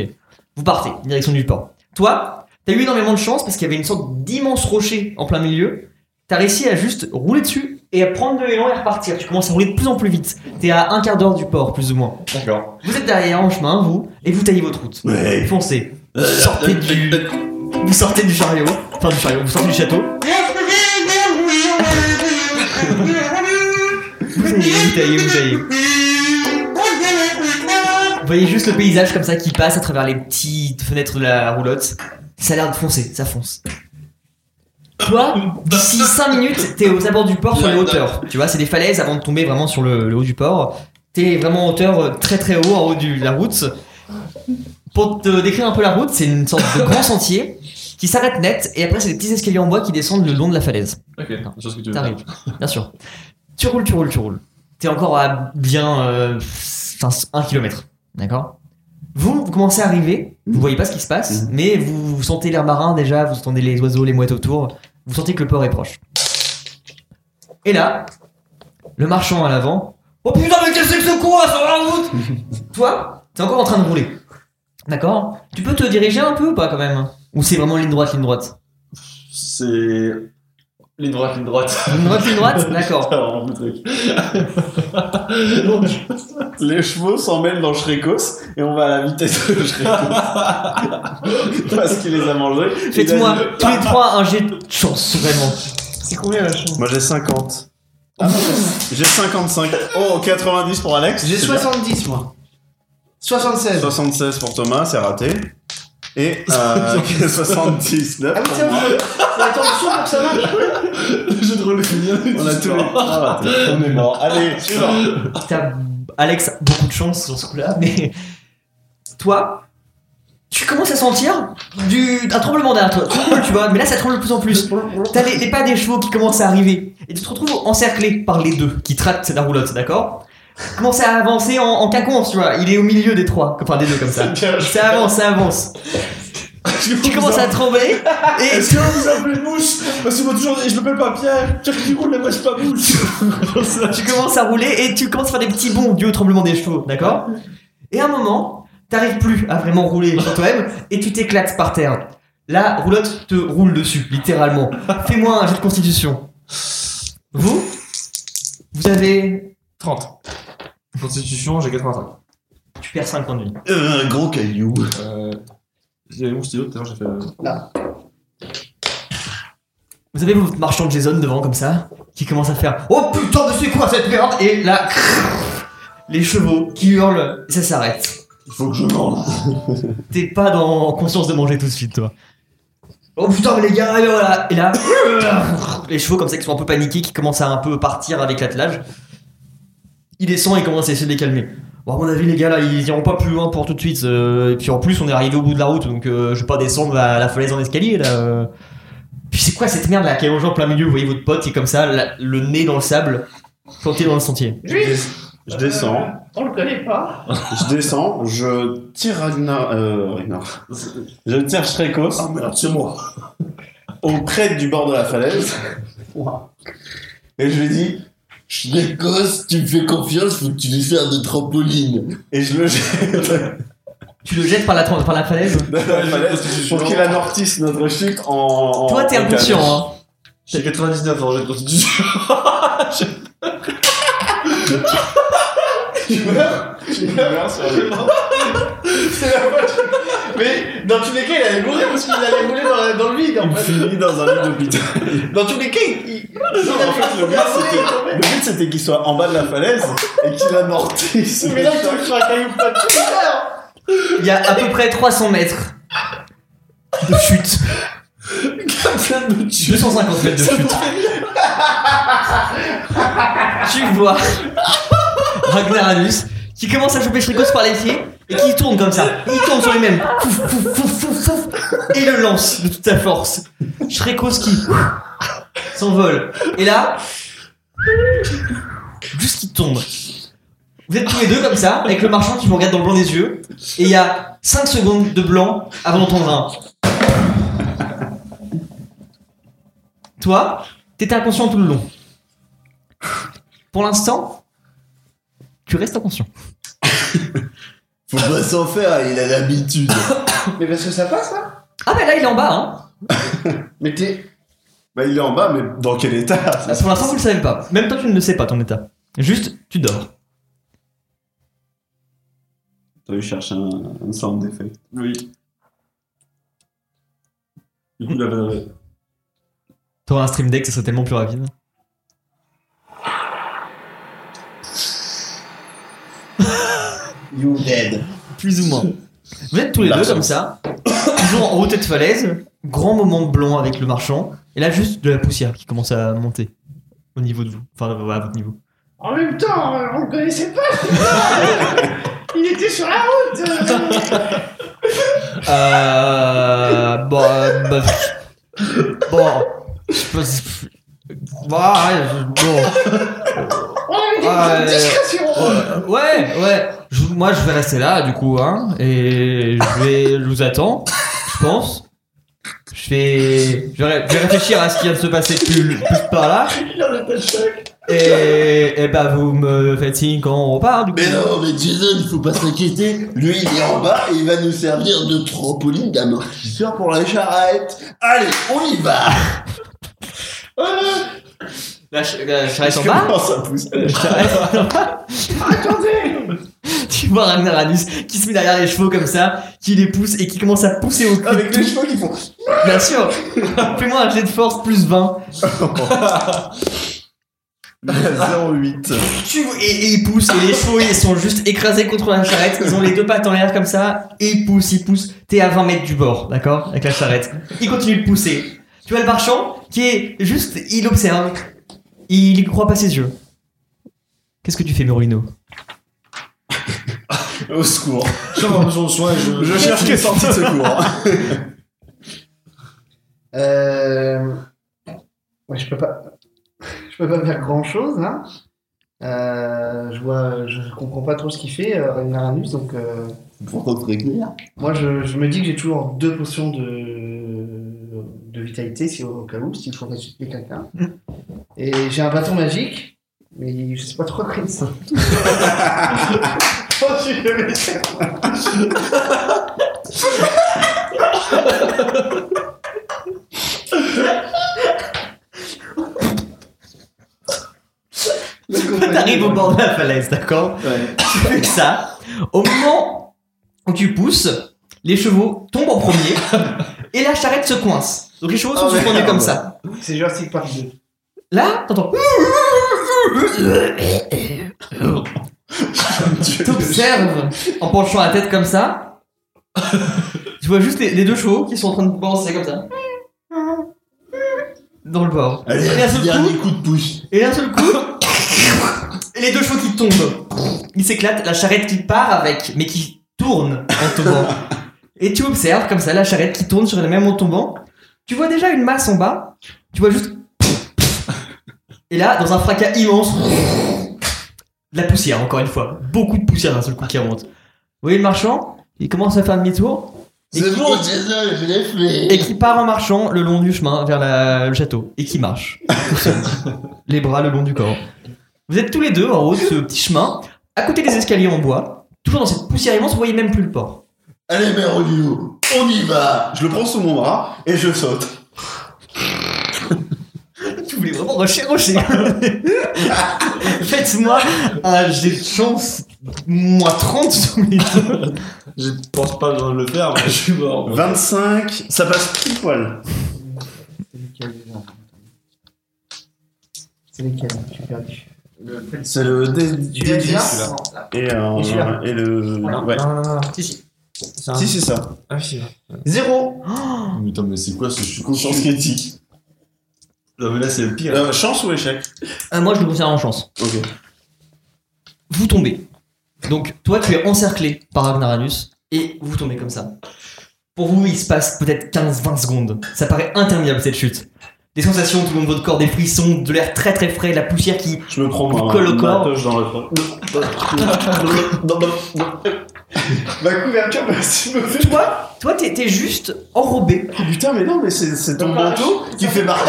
A: Vous partez, direction du port. Toi, t'as eu énormément de chance parce qu'il y avait une sorte d'immense rocher en plein milieu. T'as réussi à juste rouler dessus et à prendre de l'élan et à repartir. Tu commences à rouler de plus en plus vite. T'es à un quart d'heure du port, plus ou moins.
E: D'accord.
A: Vous êtes derrière en chemin, vous, et vous taillez votre route.
B: Ouais.
A: Foncez.
B: Euh,
A: Vous
G: Euh,
A: sortez du, vous sortez du chariot, enfin du chariot, vous sortez du château. Vous taillez, vous taillez, vous taillez. Vous voyez juste le paysage comme ça qui passe à travers les petites fenêtres de la roulotte. Ça a l'air de foncer, ça fonce. Toi, d'ici 5 minutes, t'es aux abords du port sur les hauteurs. Tu vois, c'est des falaises avant de tomber vraiment sur le, le haut du port. T'es vraiment en hauteur euh, très très haut, en haut de la route. Pour te décrire un peu la route, c'est une sorte de grand sentier qui s'arrête net et après c'est des petits escaliers en bois qui descendent le long de la falaise.
E: Ok, c'est ce que tu veux.
A: T'arrives, bien sûr. Tu roules, tu roules, tu roules. T'es encore à bien euh, 1 km. D'accord vous, vous commencez à arriver, vous voyez pas ce qui se passe, mais vous, vous sentez l'air marin déjà, vous entendez les oiseaux, les mouettes autour, vous sentez que le port est proche. Et là, le marchand à l'avant. Oh putain, mais qu'est-ce que c'est que ce con là sur la route Toi, t'es encore en train de rouler. D'accord Tu peux te diriger un peu ou pas quand même Ou c'est vraiment ligne droite, ligne droite
G: C'est. Ligne droite, ligne droite. [laughs]
A: Ligne droite, ligne droite D'accord.
B: Oh,
G: Alors, le truc. Donc, les chevaux s'emmènent dans Shrekos et on va à la vitesse de
B: [laughs]
G: Shrekos. Parce qu'il les a mangés.
A: Faites-moi
G: Il a dit-
A: tous les trois un jet de chance, vraiment.
H: C'est combien la chance
G: Moi j'ai 50. Ah, j'ai 55. Oh, 90 pour Alex.
H: J'ai
G: C'est
H: 70 moi. 76.
G: 76 pour Thomas, c'est raté. [laughs] Et euh, 79.
H: Ah oui, c'est vrai. C'est attention pour ça marche.
G: [laughs]
E: J'ai de rôle fini.
G: On a tous les trois ratés. On est mort. [laughs] Allez, suivant.
A: T'as, Alex, beaucoup de chance sur ce coup-là, mais toi, tu commences à sentir du, un tremblement derrière toi. Tu trembles, tu vois, mais là ça tremble de plus en plus. T'as les, les pas des chevaux qui commencent à arriver, et tu te retrouves encerclé par les deux qui tractent la roulotte, d'accord Tu Commences à avancer en, en quinconce, tu vois. Il est au milieu des trois, enfin des deux comme
G: [laughs]
A: ça. Ça avance, ça avance. Tu commences à trembler, et
G: [laughs] Est-ce que vous appelez mousse Parce que moi toujours je m'appelle pas Pierre. Pierre qui roule la mouche pas mousse.
A: tu commences à rouler et tu commences à faire des petits bonds dû au tremblement des chevaux, d'accord Et à un moment, t'arrives plus à vraiment rouler sur toi-même et tu t'éclates par terre. La roulotte te roule dessus, littéralement. Fais-moi un jet de constitution. Vous Vous avez...
E: 30. Constitution, j'ai 85.
A: Tu perds 5 points de vie.
B: Euh, un gros caillou.
E: Euh, J'avais mon stylo tout à l'heure, j'ai fait. euh,
A: Vous avez votre marchand Jason devant comme ça, qui commence à faire « Oh putain, mais c'est quoi cette merde ?» Et là, les chevaux qui hurlent, ça s'arrête.
B: Il faut que je mange.
A: T'es pas dans en conscience de manger tout de suite, toi. Oh putain, mais les gars, et voilà. Et là, [coughs] les chevaux comme ça qui sont un peu paniqués, qui commencent à un peu partir avec l'attelage. Il descend et commence à essayer de les calmer. Bon, à mon avis, les gars, là, ils iront pas plus loin pour tout de suite. euh, et puis en plus, on est arrivé au bout de la route, donc euh, je vais pas descendre à la falaise en escalier, là. euh. Puis c'est quoi cette merde là qui est aux gens plein milieu Vous voyez votre pote qui est comme ça, la- le nez dans le sable, planté dans le sentier.
G: Je descends.
C: On le connaît pas.
G: Je descends, je tire Ragnar. Euh, Ragnar. Je tire Shrekos. Ah merde, c'est moi. Auprès du bord de la falaise. [laughs] Et je lui dis.
B: Je décosse, tu me fais confiance, faut que tu lui faire de trampoline.
G: Et je le jette
A: Tu le jettes par la, tran- par la falaise
G: de la falaise pour qu'il amortisse [laughs] notre chute en. en-
A: Toi, t'es
G: en
A: inconscient, hein.
E: J'ai 99 en jet de constitution.
G: canne. Il meurt sur le-
H: Mais dans tous les cas, il allait mourir parce qu'il allait mourir dans, la- dans le vide en
G: Il
H: fait.
G: finit dans un lit d'hôpital.
H: Dans tous les cas, il. il-
G: Non, en fait, le but c'était- le but, c'était qu'il soit en bas de la falaise et qu'il amortisse.
H: Mais là, il tombe sur un caillou pas de terre.
A: Il y a à peu près 300 mètres de chute. 250 mètres de chute. tu vois Ragnaranus qui commence à choper Shrikos par les pieds et qui tourne comme ça. Il tourne sur lui-même. Fouf, fouf, fouf, fouf, fouf, et le lance de toute sa force. Shrikos qui s'envole. Et là, juste qu'il tombe. Vous êtes tous les deux comme ça, avec le marchand qui vous regarde dans le blanc des yeux, et il y a 5 secondes de blanc avant d'entendre un. Toi, t'étais inconscient tout le long. Pour l'instant, tu restes inconscient.
B: Faut pas s'en faire, il a l'habitude.
H: Mais parce que ça passe là
A: Ah bah là, il est en bas, hein.
H: Mais t'es.
G: Bah, il est en bas, mais dans quel état
A: Là, pour l'instant, vous le savez pas. Même toi, tu ne le sais pas, ton état. Juste, tu dors.
G: T'as eu chercher un, un sound effect. Oui. Du coup, la
A: T'aurais un stream deck, ça serait tellement plus rapide.
B: You dead.
A: Plus ou moins. Vous êtes tous les deux comme ça, toujours en haut tête falaise, grand moment de blanc avec le marchand, et là juste de la poussière qui commence à monter au niveau de vous, enfin euh, à votre niveau.
C: En même temps, euh, on le connaissait
H: [laughs]
C: pas. Il était sur la route. euh.
A: Euh. Bon. euh, bah, bon. Je sais pas si- Bah, ouais, je-
C: On avait des
A: Ah,
C: petites
A: ouais.
C: discrétions.
A: bon. euh, Ouais, ouais. Je- moi, je vais rester là, du coup, hein. Et je vais. Je vous attends, je pense. Je vais. Je vais, ré- je vais réfléchir à ce qui vient de se passer plus, plus par là. Et, et bah vous me faites signe quand on repart du coup.
B: Mais non, mais Jason, il faut pas s'inquiéter. Lui, il est en bas et il va nous servir de trampoline d'amortisseur pour la charrette. Allez, on y va.
A: La, ch- la charrette en bas
G: Ah, ça pousse.
A: La charrette en bas
G: [laughs]
C: Attendez.
A: Tu vois Ragnaranus qui se met derrière les chevaux comme ça, qui les pousse et qui commence à pousser au cul.
G: Avec les chevaux qui font.
A: Bien sûr Fais-moi un jet de force plus 20.
G: 08.
A: Tu- et, et ils poussent, et les chevaux ils sont juste écrasés contre la charrette, ils ont les deux pattes en l'air comme ça, et ils poussent, ils poussent, t'es à 20 mètres du bord, d'accord Avec la charrette. Ils continuent de pousser. Tu vois le marchand qui est juste, il observe, il y croit pas ses yeux. Qu'est-ce que tu fais, Merolino
G: Au secours.
I: J'ai pas besoin de soins, je.
G: Je cherche les sorties de secours.
H: Euh... Ouais, je peux pas. [laughs] Je peux pas faire grand chose là. Euh, je vois, je comprends pas trop ce qu'il fait, euh, Ragnaranus, donc euh,
B: Pourquoi très clair
H: moi je, je me dis que j'ai toujours deux potions de, de vitalité si au, au cas où, s'il faut ressusciter quelqu'un. Et j'ai un bâton magique, mais je sais pas trop quoi ça. oh, je suis le méchant.
A: T'arrives au bord de la falaise, d'accord Tu fais ça. Au moment où tu pousses, les chevaux tombent en
B: [laughs]
A: premier, et la charrette se coince. Donc les chevaux
B: Ah
A: sont suspendus comme ça.
H: C'est Jurassic Park 2.
A: Là,
B: [laughs]
A: t'entends. T'observes en penchant la tête comme ça. Tu vois juste les, les deux chevaux qui sont en train de balancer comme ça. Dans le bord.
B: Allez,
A: et d'un seul coup,
B: dernier coup de pouce.
A: et d'un seul
B: [coughs]
A: coup. et les deux chevaux qui tombent. Ils s'éclatent, la charrette qui part avec, mais qui tourne en
B: [laughs]
A: tombant. et tu observes comme ça la charrette qui tourne sur elle-même en tombant. Tu vois déjà une masse en bas. Tu vois
B: [coughs]
A: juste. Et là, dans un fracas immense. De la poussière, encore une fois. Beaucoup de poussière d'un seul coup qui remonte. Vous voyez le marchand Il commence à faire demi-tour. Et
B: C'est
A: qui-
B: bon, Jason, je l'ai fait.
A: et qui part en marchant le long du chemin vers la- le château et qui [laughs] marche tout seul. les bras le long du corps. Vous êtes tous les deux en haut de ce petit chemin, à côté des escaliers en bois, toujours dans cette poussière immense, vous voyez même plus le port.
B: Allez, mère Olivier, on y va.
G: Je le prends sous mon bras et je saute.
A: Tu voulais vraiment rocher rocher. [laughs] Faites-moi un jet de chance moins 30 sous [laughs] les deux.
I: Je pense pas besoin de le faire, mais je suis mort.
G: 25, ça passe pile poil.
H: C'est lequel déjà C'est lequel Je suis perdu.
G: C'est le D10.
H: Tu l'as déjà
G: Et, euh,
H: Et celui-là.
G: et le. Ouais.
I: Non, non, non, non.
H: Si, si. C'est un-
G: Si, c'est ça.
I: Ah, oui, si.
H: Zéro
E: Mais attends, mais c'est quoi ce chou
G: Chance critique.
I: Non, mais là, c'est le pire.
G: Euh, chance ou échec
A: Euh, moi je le considère en chance.
G: Ok.
A: Vous tombez. Donc toi tu es encerclé par Agnaranus et vous tombez comme ça. Pour vous il se passe peut-être 15-20 secondes. Ça paraît interminable cette chute. Des sensations tout le long de votre corps, des frissons, de l'air très très frais, la poussière qui...
G: Je me prends ma,
A: Colle au
G: ma
A: corps.
G: toche dans le [laughs] front. Ma couverture, bah, si me fait.
A: Toi, toi t'es t'es juste enrobé.
G: Oh, putain, mais non, mais c'est c'est ton manteau qui fait marche.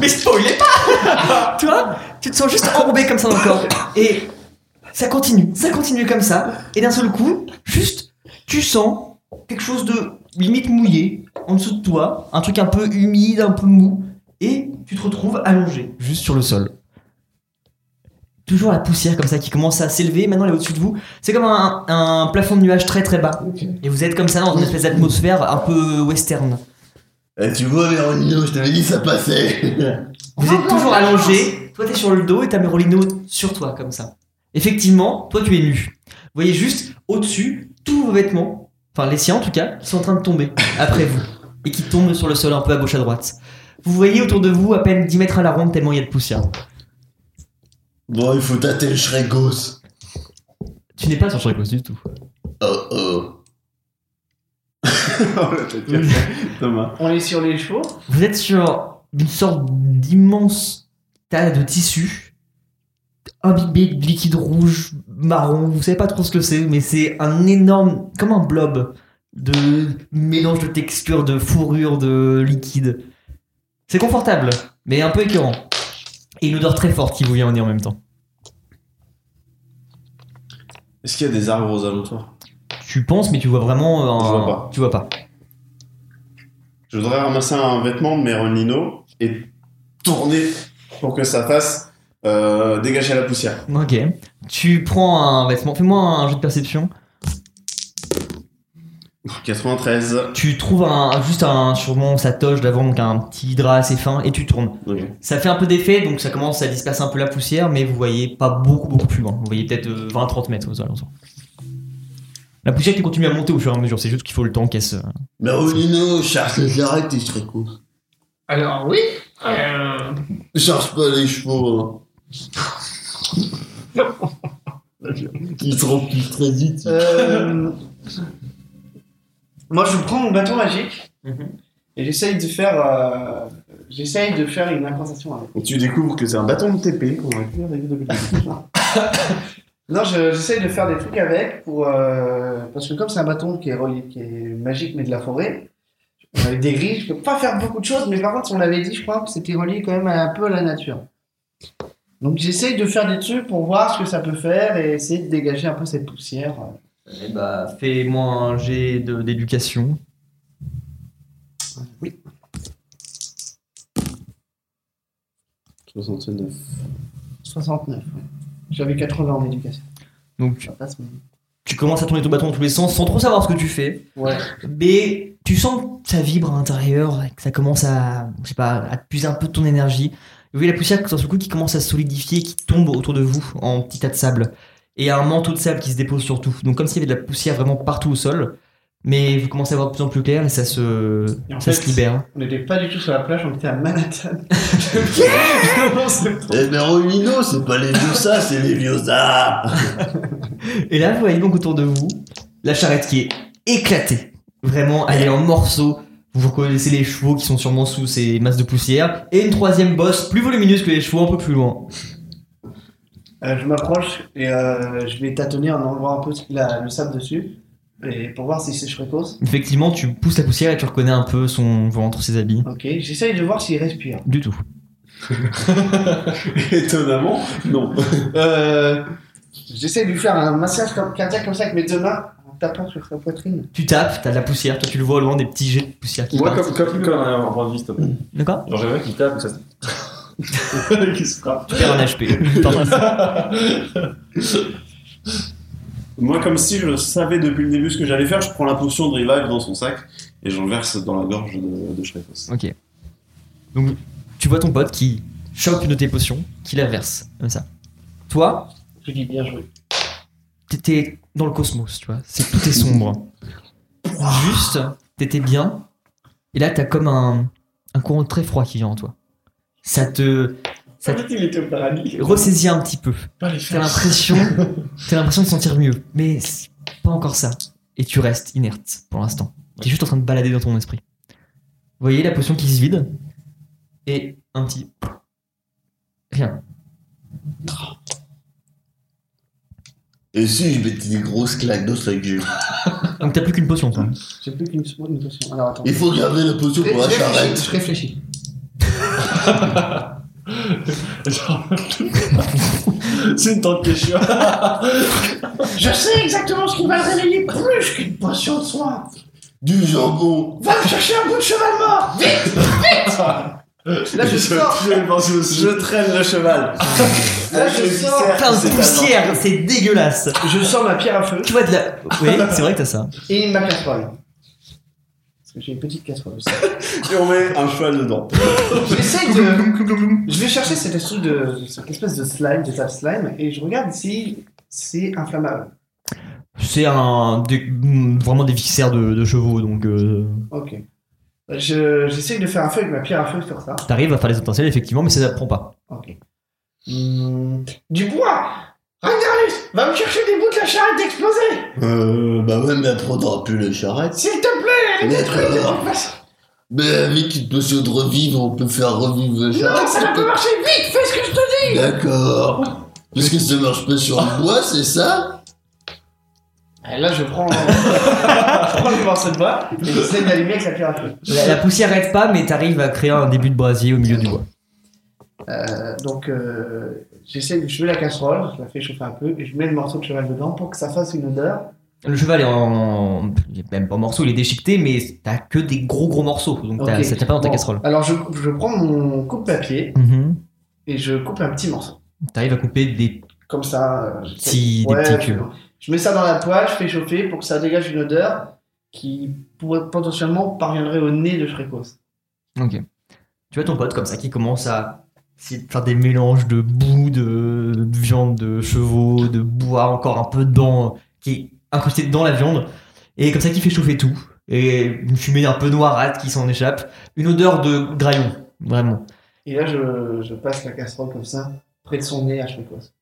A: Mais spoilez pas Toi, [laughs] tu te sens juste embourbé comme ça dans le corps. Et ça continue, ça continue comme ça. Et d'un seul coup, juste, tu sens quelque chose de limite mouillé en dessous de toi, un truc un peu humide, un peu mou, et tu te retrouves allongé, juste sur le sol. Toujours la poussière comme ça qui commence à s'élever, maintenant elle est au-dessus de vous. C'est comme un, un plafond de nuages très très bas. Et vous êtes comme ça dans une espèce d'atmosphère un peu western.
B: Eh, tu vois, mère Olivier, je t'avais dit, ça passait.
A: Vous êtes toujours allongé, toi t'es sur le dos et t'as Merolino sur toi comme ça. Effectivement, toi tu es nu. Vous voyez juste au-dessus tous vos vêtements, enfin les siens en tout cas, qui sont en train de tomber [laughs] après vous et qui tombent sur le sol un peu à gauche à droite. Vous voyez autour de vous à peine 10 mètres à la ronde tellement il y a de poussière.
B: Bon, il faut tâter le Shrekos.
A: Tu n'es pas sur Sherlock du tout.
B: Oh oh.
G: Oh, la tête cassée. Thomas.
H: On est sur les chevaux.
A: Vous êtes sur une sorte d'immense tas de tissu imbibé de liquide rouge, marron, vous savez pas trop ce que c'est, mais c'est un énorme, comme un blob de mélange de textures, de fourrure, de liquide. C'est confortable, mais un peu écœurant. Et une odeur très forte qui vous vient au nez en même temps.
G: Est-ce qu'il y a des arbres aux alentours
A: Tu penses, mais tu vois vraiment.
G: Je
A: un-
G: vois pas.
A: Tu vois pas.
G: Je voudrais ramasser un vêtement de Méronino et tourner pour que ça fasse euh, dégager la poussière.
A: Ok. Tu prends un vêtement. Fais-moi un jeu de perception.
G: 93.
A: Tu trouves un, juste un, sûrement sa toche d'avant, donc un petit drap assez fin, et tu tournes.
G: Ok.
A: Ça fait un peu d'effet, donc ça commence à disperser un peu la poussière, mais vous voyez pas beaucoup, beaucoup plus loin. Vous voyez peut-être euh, 20-30 mètres aux alentours. La poussière qui continue à monter au fur et à mesure, c'est juste qu'il faut le temps qu'elle se.
B: Merolino, charge les arêtes et Streco.
H: Alors oui. euh,
B: Charge pas les chevaux.
G: [laughs]
B: hein. Ils se remplissent très vite.
H: euh, moi, je prends mon bâton magique
A: Mhm.
H: et j'essaye de faire, euh, j'essaye de faire une incantation avec.
G: Et tu découvres que c'est un bâton de TP qu'on aurait pu arriver depuis le début.
H: Non, je- j'essaye de faire des trucs avec pour euh, parce que comme c'est un bâton qui est relié, qui est magique mais de la forêt, avec des grilles, je peux pas faire beaucoup de choses. Mais par contre, on l'avait dit, je crois que c'était relié quand même un peu à la nature. Donc j'essaye de faire des trucs pour voir ce que ça peut faire et essayer de dégager un peu cette poussière. euh,
A: Eh bah, fais-moi un jet de- d'éducation.
H: Oui.
G: 69.
H: 69. ouais. J'avais 80 en éducation.
A: Donc,
H: Ça passe, mais-
A: tu commences à tourner ton bâton dans tous les sens sans trop savoir ce que tu fais.
H: Ouais.
A: Mais tu sens que ça vibre à l'intérieur, que ça commence à, je sais pas, à te puiser un peu de ton énergie. Vous voyez la poussière sur ce coup qui commence à se solidifier, qui tombe autour de vous en petits tas de sable. Et un manteau de sable qui se dépose sur tout. Donc comme s'il y avait de la poussière vraiment partout au sol. Mais vous commencez à voir de plus en plus clair et ça se,
H: Et en
A: ça
H: fait,
A: se libère.
H: On n'était pas du tout sur la plage, on était à Manhattan.
B: Eh Merolino, c'est pas les vieux ça, c'est les vieux ça.
A: Et là, vous voyez donc autour de vous la charrette qui est éclatée. Vraiment, elle est en morceaux. Vous reconnaissez les chevaux qui sont sûrement sous ces masses de poussière. Et une troisième bosse plus volumineuse que les chevaux, un peu plus loin.
H: Euh, je m'approche et euh, je vais tâtonner en enlevant un peu la- le sable dessus et pour voir si c'est précoce.
A: Effectivement, tu pousses la poussière et tu reconnais un peu son ventre, ses habits.
H: Ok, j'essaye de voir s'il respire.
A: Du tout.
G: [laughs] Étonnamment, non. [laughs]
H: Euh, j'essaye de lui faire un massage comme- cardiaque comme ça avec mes deux mains en tapant sur sa poitrine.
A: Tu tapes, t'as de la poussière, toi tu le vois au loin, des petits jets de poussière qui
I: Moi,
A: partent.
I: comme, comme, comme un point de vue, s'il te plaît.
A: D'accord
I: Genre, j'aimerais qu'il tape, ça se. qu'il se frappe.
A: Tu perds un HP. [laughs] T'en-
G: Moi, comme si je savais depuis le début ce que j'allais faire, je prends la potion de revive dans son sac et j'en verse dans la gorge de, de Shrekos.
A: ok. Donc, tu vois ton pote qui chope une de tes potions, qui la verse, comme ça. Toi,
H: Je lui dis bien joué.
A: t'étais dans le cosmos, tu vois. C'est tout est sombre. Juste, t'étais bien. Et là, t'as comme un, un courant très froid qui vient en toi. Ça te Ça-
I: il était au paradis.
A: ressaisit un petit peu.
I: Pas les
A: T'as l'impression, t'as l'impression de sentir mieux, mais c'est pas encore ça. Et tu restes inerte pour l'instant. T'es juste en train de balader dans ton esprit. Vous voyez la potion qui se vide et un petit rien.
B: Et si je mettais des grosses claques dans ce que j'ai.
A: Donc t'as plus qu'une potion. Toi.
H: J'ai plus qu'une seconde, une potion. Alors attends.
B: Il faut hein, garder la potion
H: Ré-
B: pour la charrette.
H: je réfléchis.
I: C'est une tente question.
C: Je sais exactement ce qui va le réveiller plus qu'une potion de soin.
B: Du jambon.
C: Va me chercher un bout de cheval mort.
H: Là je sors,
G: Je traîne le cheval. Ah,
H: là je
B: Ah,
H: sors,
A: Plein de poussière, c'est dégueulasse.
H: je sors ma pierre à feu
A: Tu vois de la. Oui, c'est vrai que t'as ça.
H: et ma casserole. Parce que j'ai une petite casserole aussi.
G: Et on met un cheval dedans.
H: J'essaye de. Je vais chercher cette espèce de, cette espèce de slime, de table slime, et je regarde si c'est inflammable.
A: C'est un des- mm, vraiment des viscères de, de chevaux, donc euh,
H: Ok. Je- J'essaye de faire un feu avec ma pierre à feu sur ça.
A: t'arrives à faire les potentiels effectivement, mais ça ne prend pas.
H: Ok. Hmm,
C: Du bois. Ragnaros, va me chercher des bouts de la charrette explosée.
B: Euh, bah ouais, mais après on n'aura plus la charrette.
C: S'il te plaît,
B: Mais,
C: fais des
B: euh,
C: propres-
B: mais avec une potion de revivre, on peut faire revivre la
C: Non,
B: charrette.
C: ça
B: c'est
C: n'a pas
B: pas-
C: marché. Vite, fais ce que je te dis.
B: D'accord. Parce que ça marche pas sur le bois, c'est ça
H: et là, je prends, [laughs] je prends le morceau de bois et j'essaie d'allumer avec la pierre à feu.
A: La, la poussière arrête pas, mais t'arrives à créer un début de brasier au milieu du bois.
H: Euh, donc, euh, j'essaie, je mets la casserole, je la fais chauffer un peu et je mets le morceau de cheval dedans pour que ça fasse une odeur.
A: Le cheval est en. il est Même pas en morceaux, il est déchiqueté, mais t'as que des gros gros morceaux. Donc t'as-
H: Ok.
A: ça tient pas dans ta
H: Bon.
A: casserole.
H: Alors, je, je prends mon coupe-papier
A: Mhm.
H: et je coupe un petit morceau.
A: T'arrives à couper des
H: comme ça. euh,
A: petits,
H: Ouais,
A: des petits cubes.
H: Je mets ça dans la poêle, je fais chauffer pour que ça dégage une odeur qui pourrait- potentiellement parviendrait au nez de Shrekos.
A: Ok. Tu vois ton pote comme ça qui commence à essayer de faire des mélanges de boue, de de viande de chevaux, de bois encore un peu dedans, euh, qui est incrusté dans la viande, et comme ça qui fait chauffer tout. Et une fumée un peu noirâtre qui s'en échappe, une odeur de graillon, vraiment.
H: Et là, je, je passe la casserole comme ça, près de son nez à Shrekos.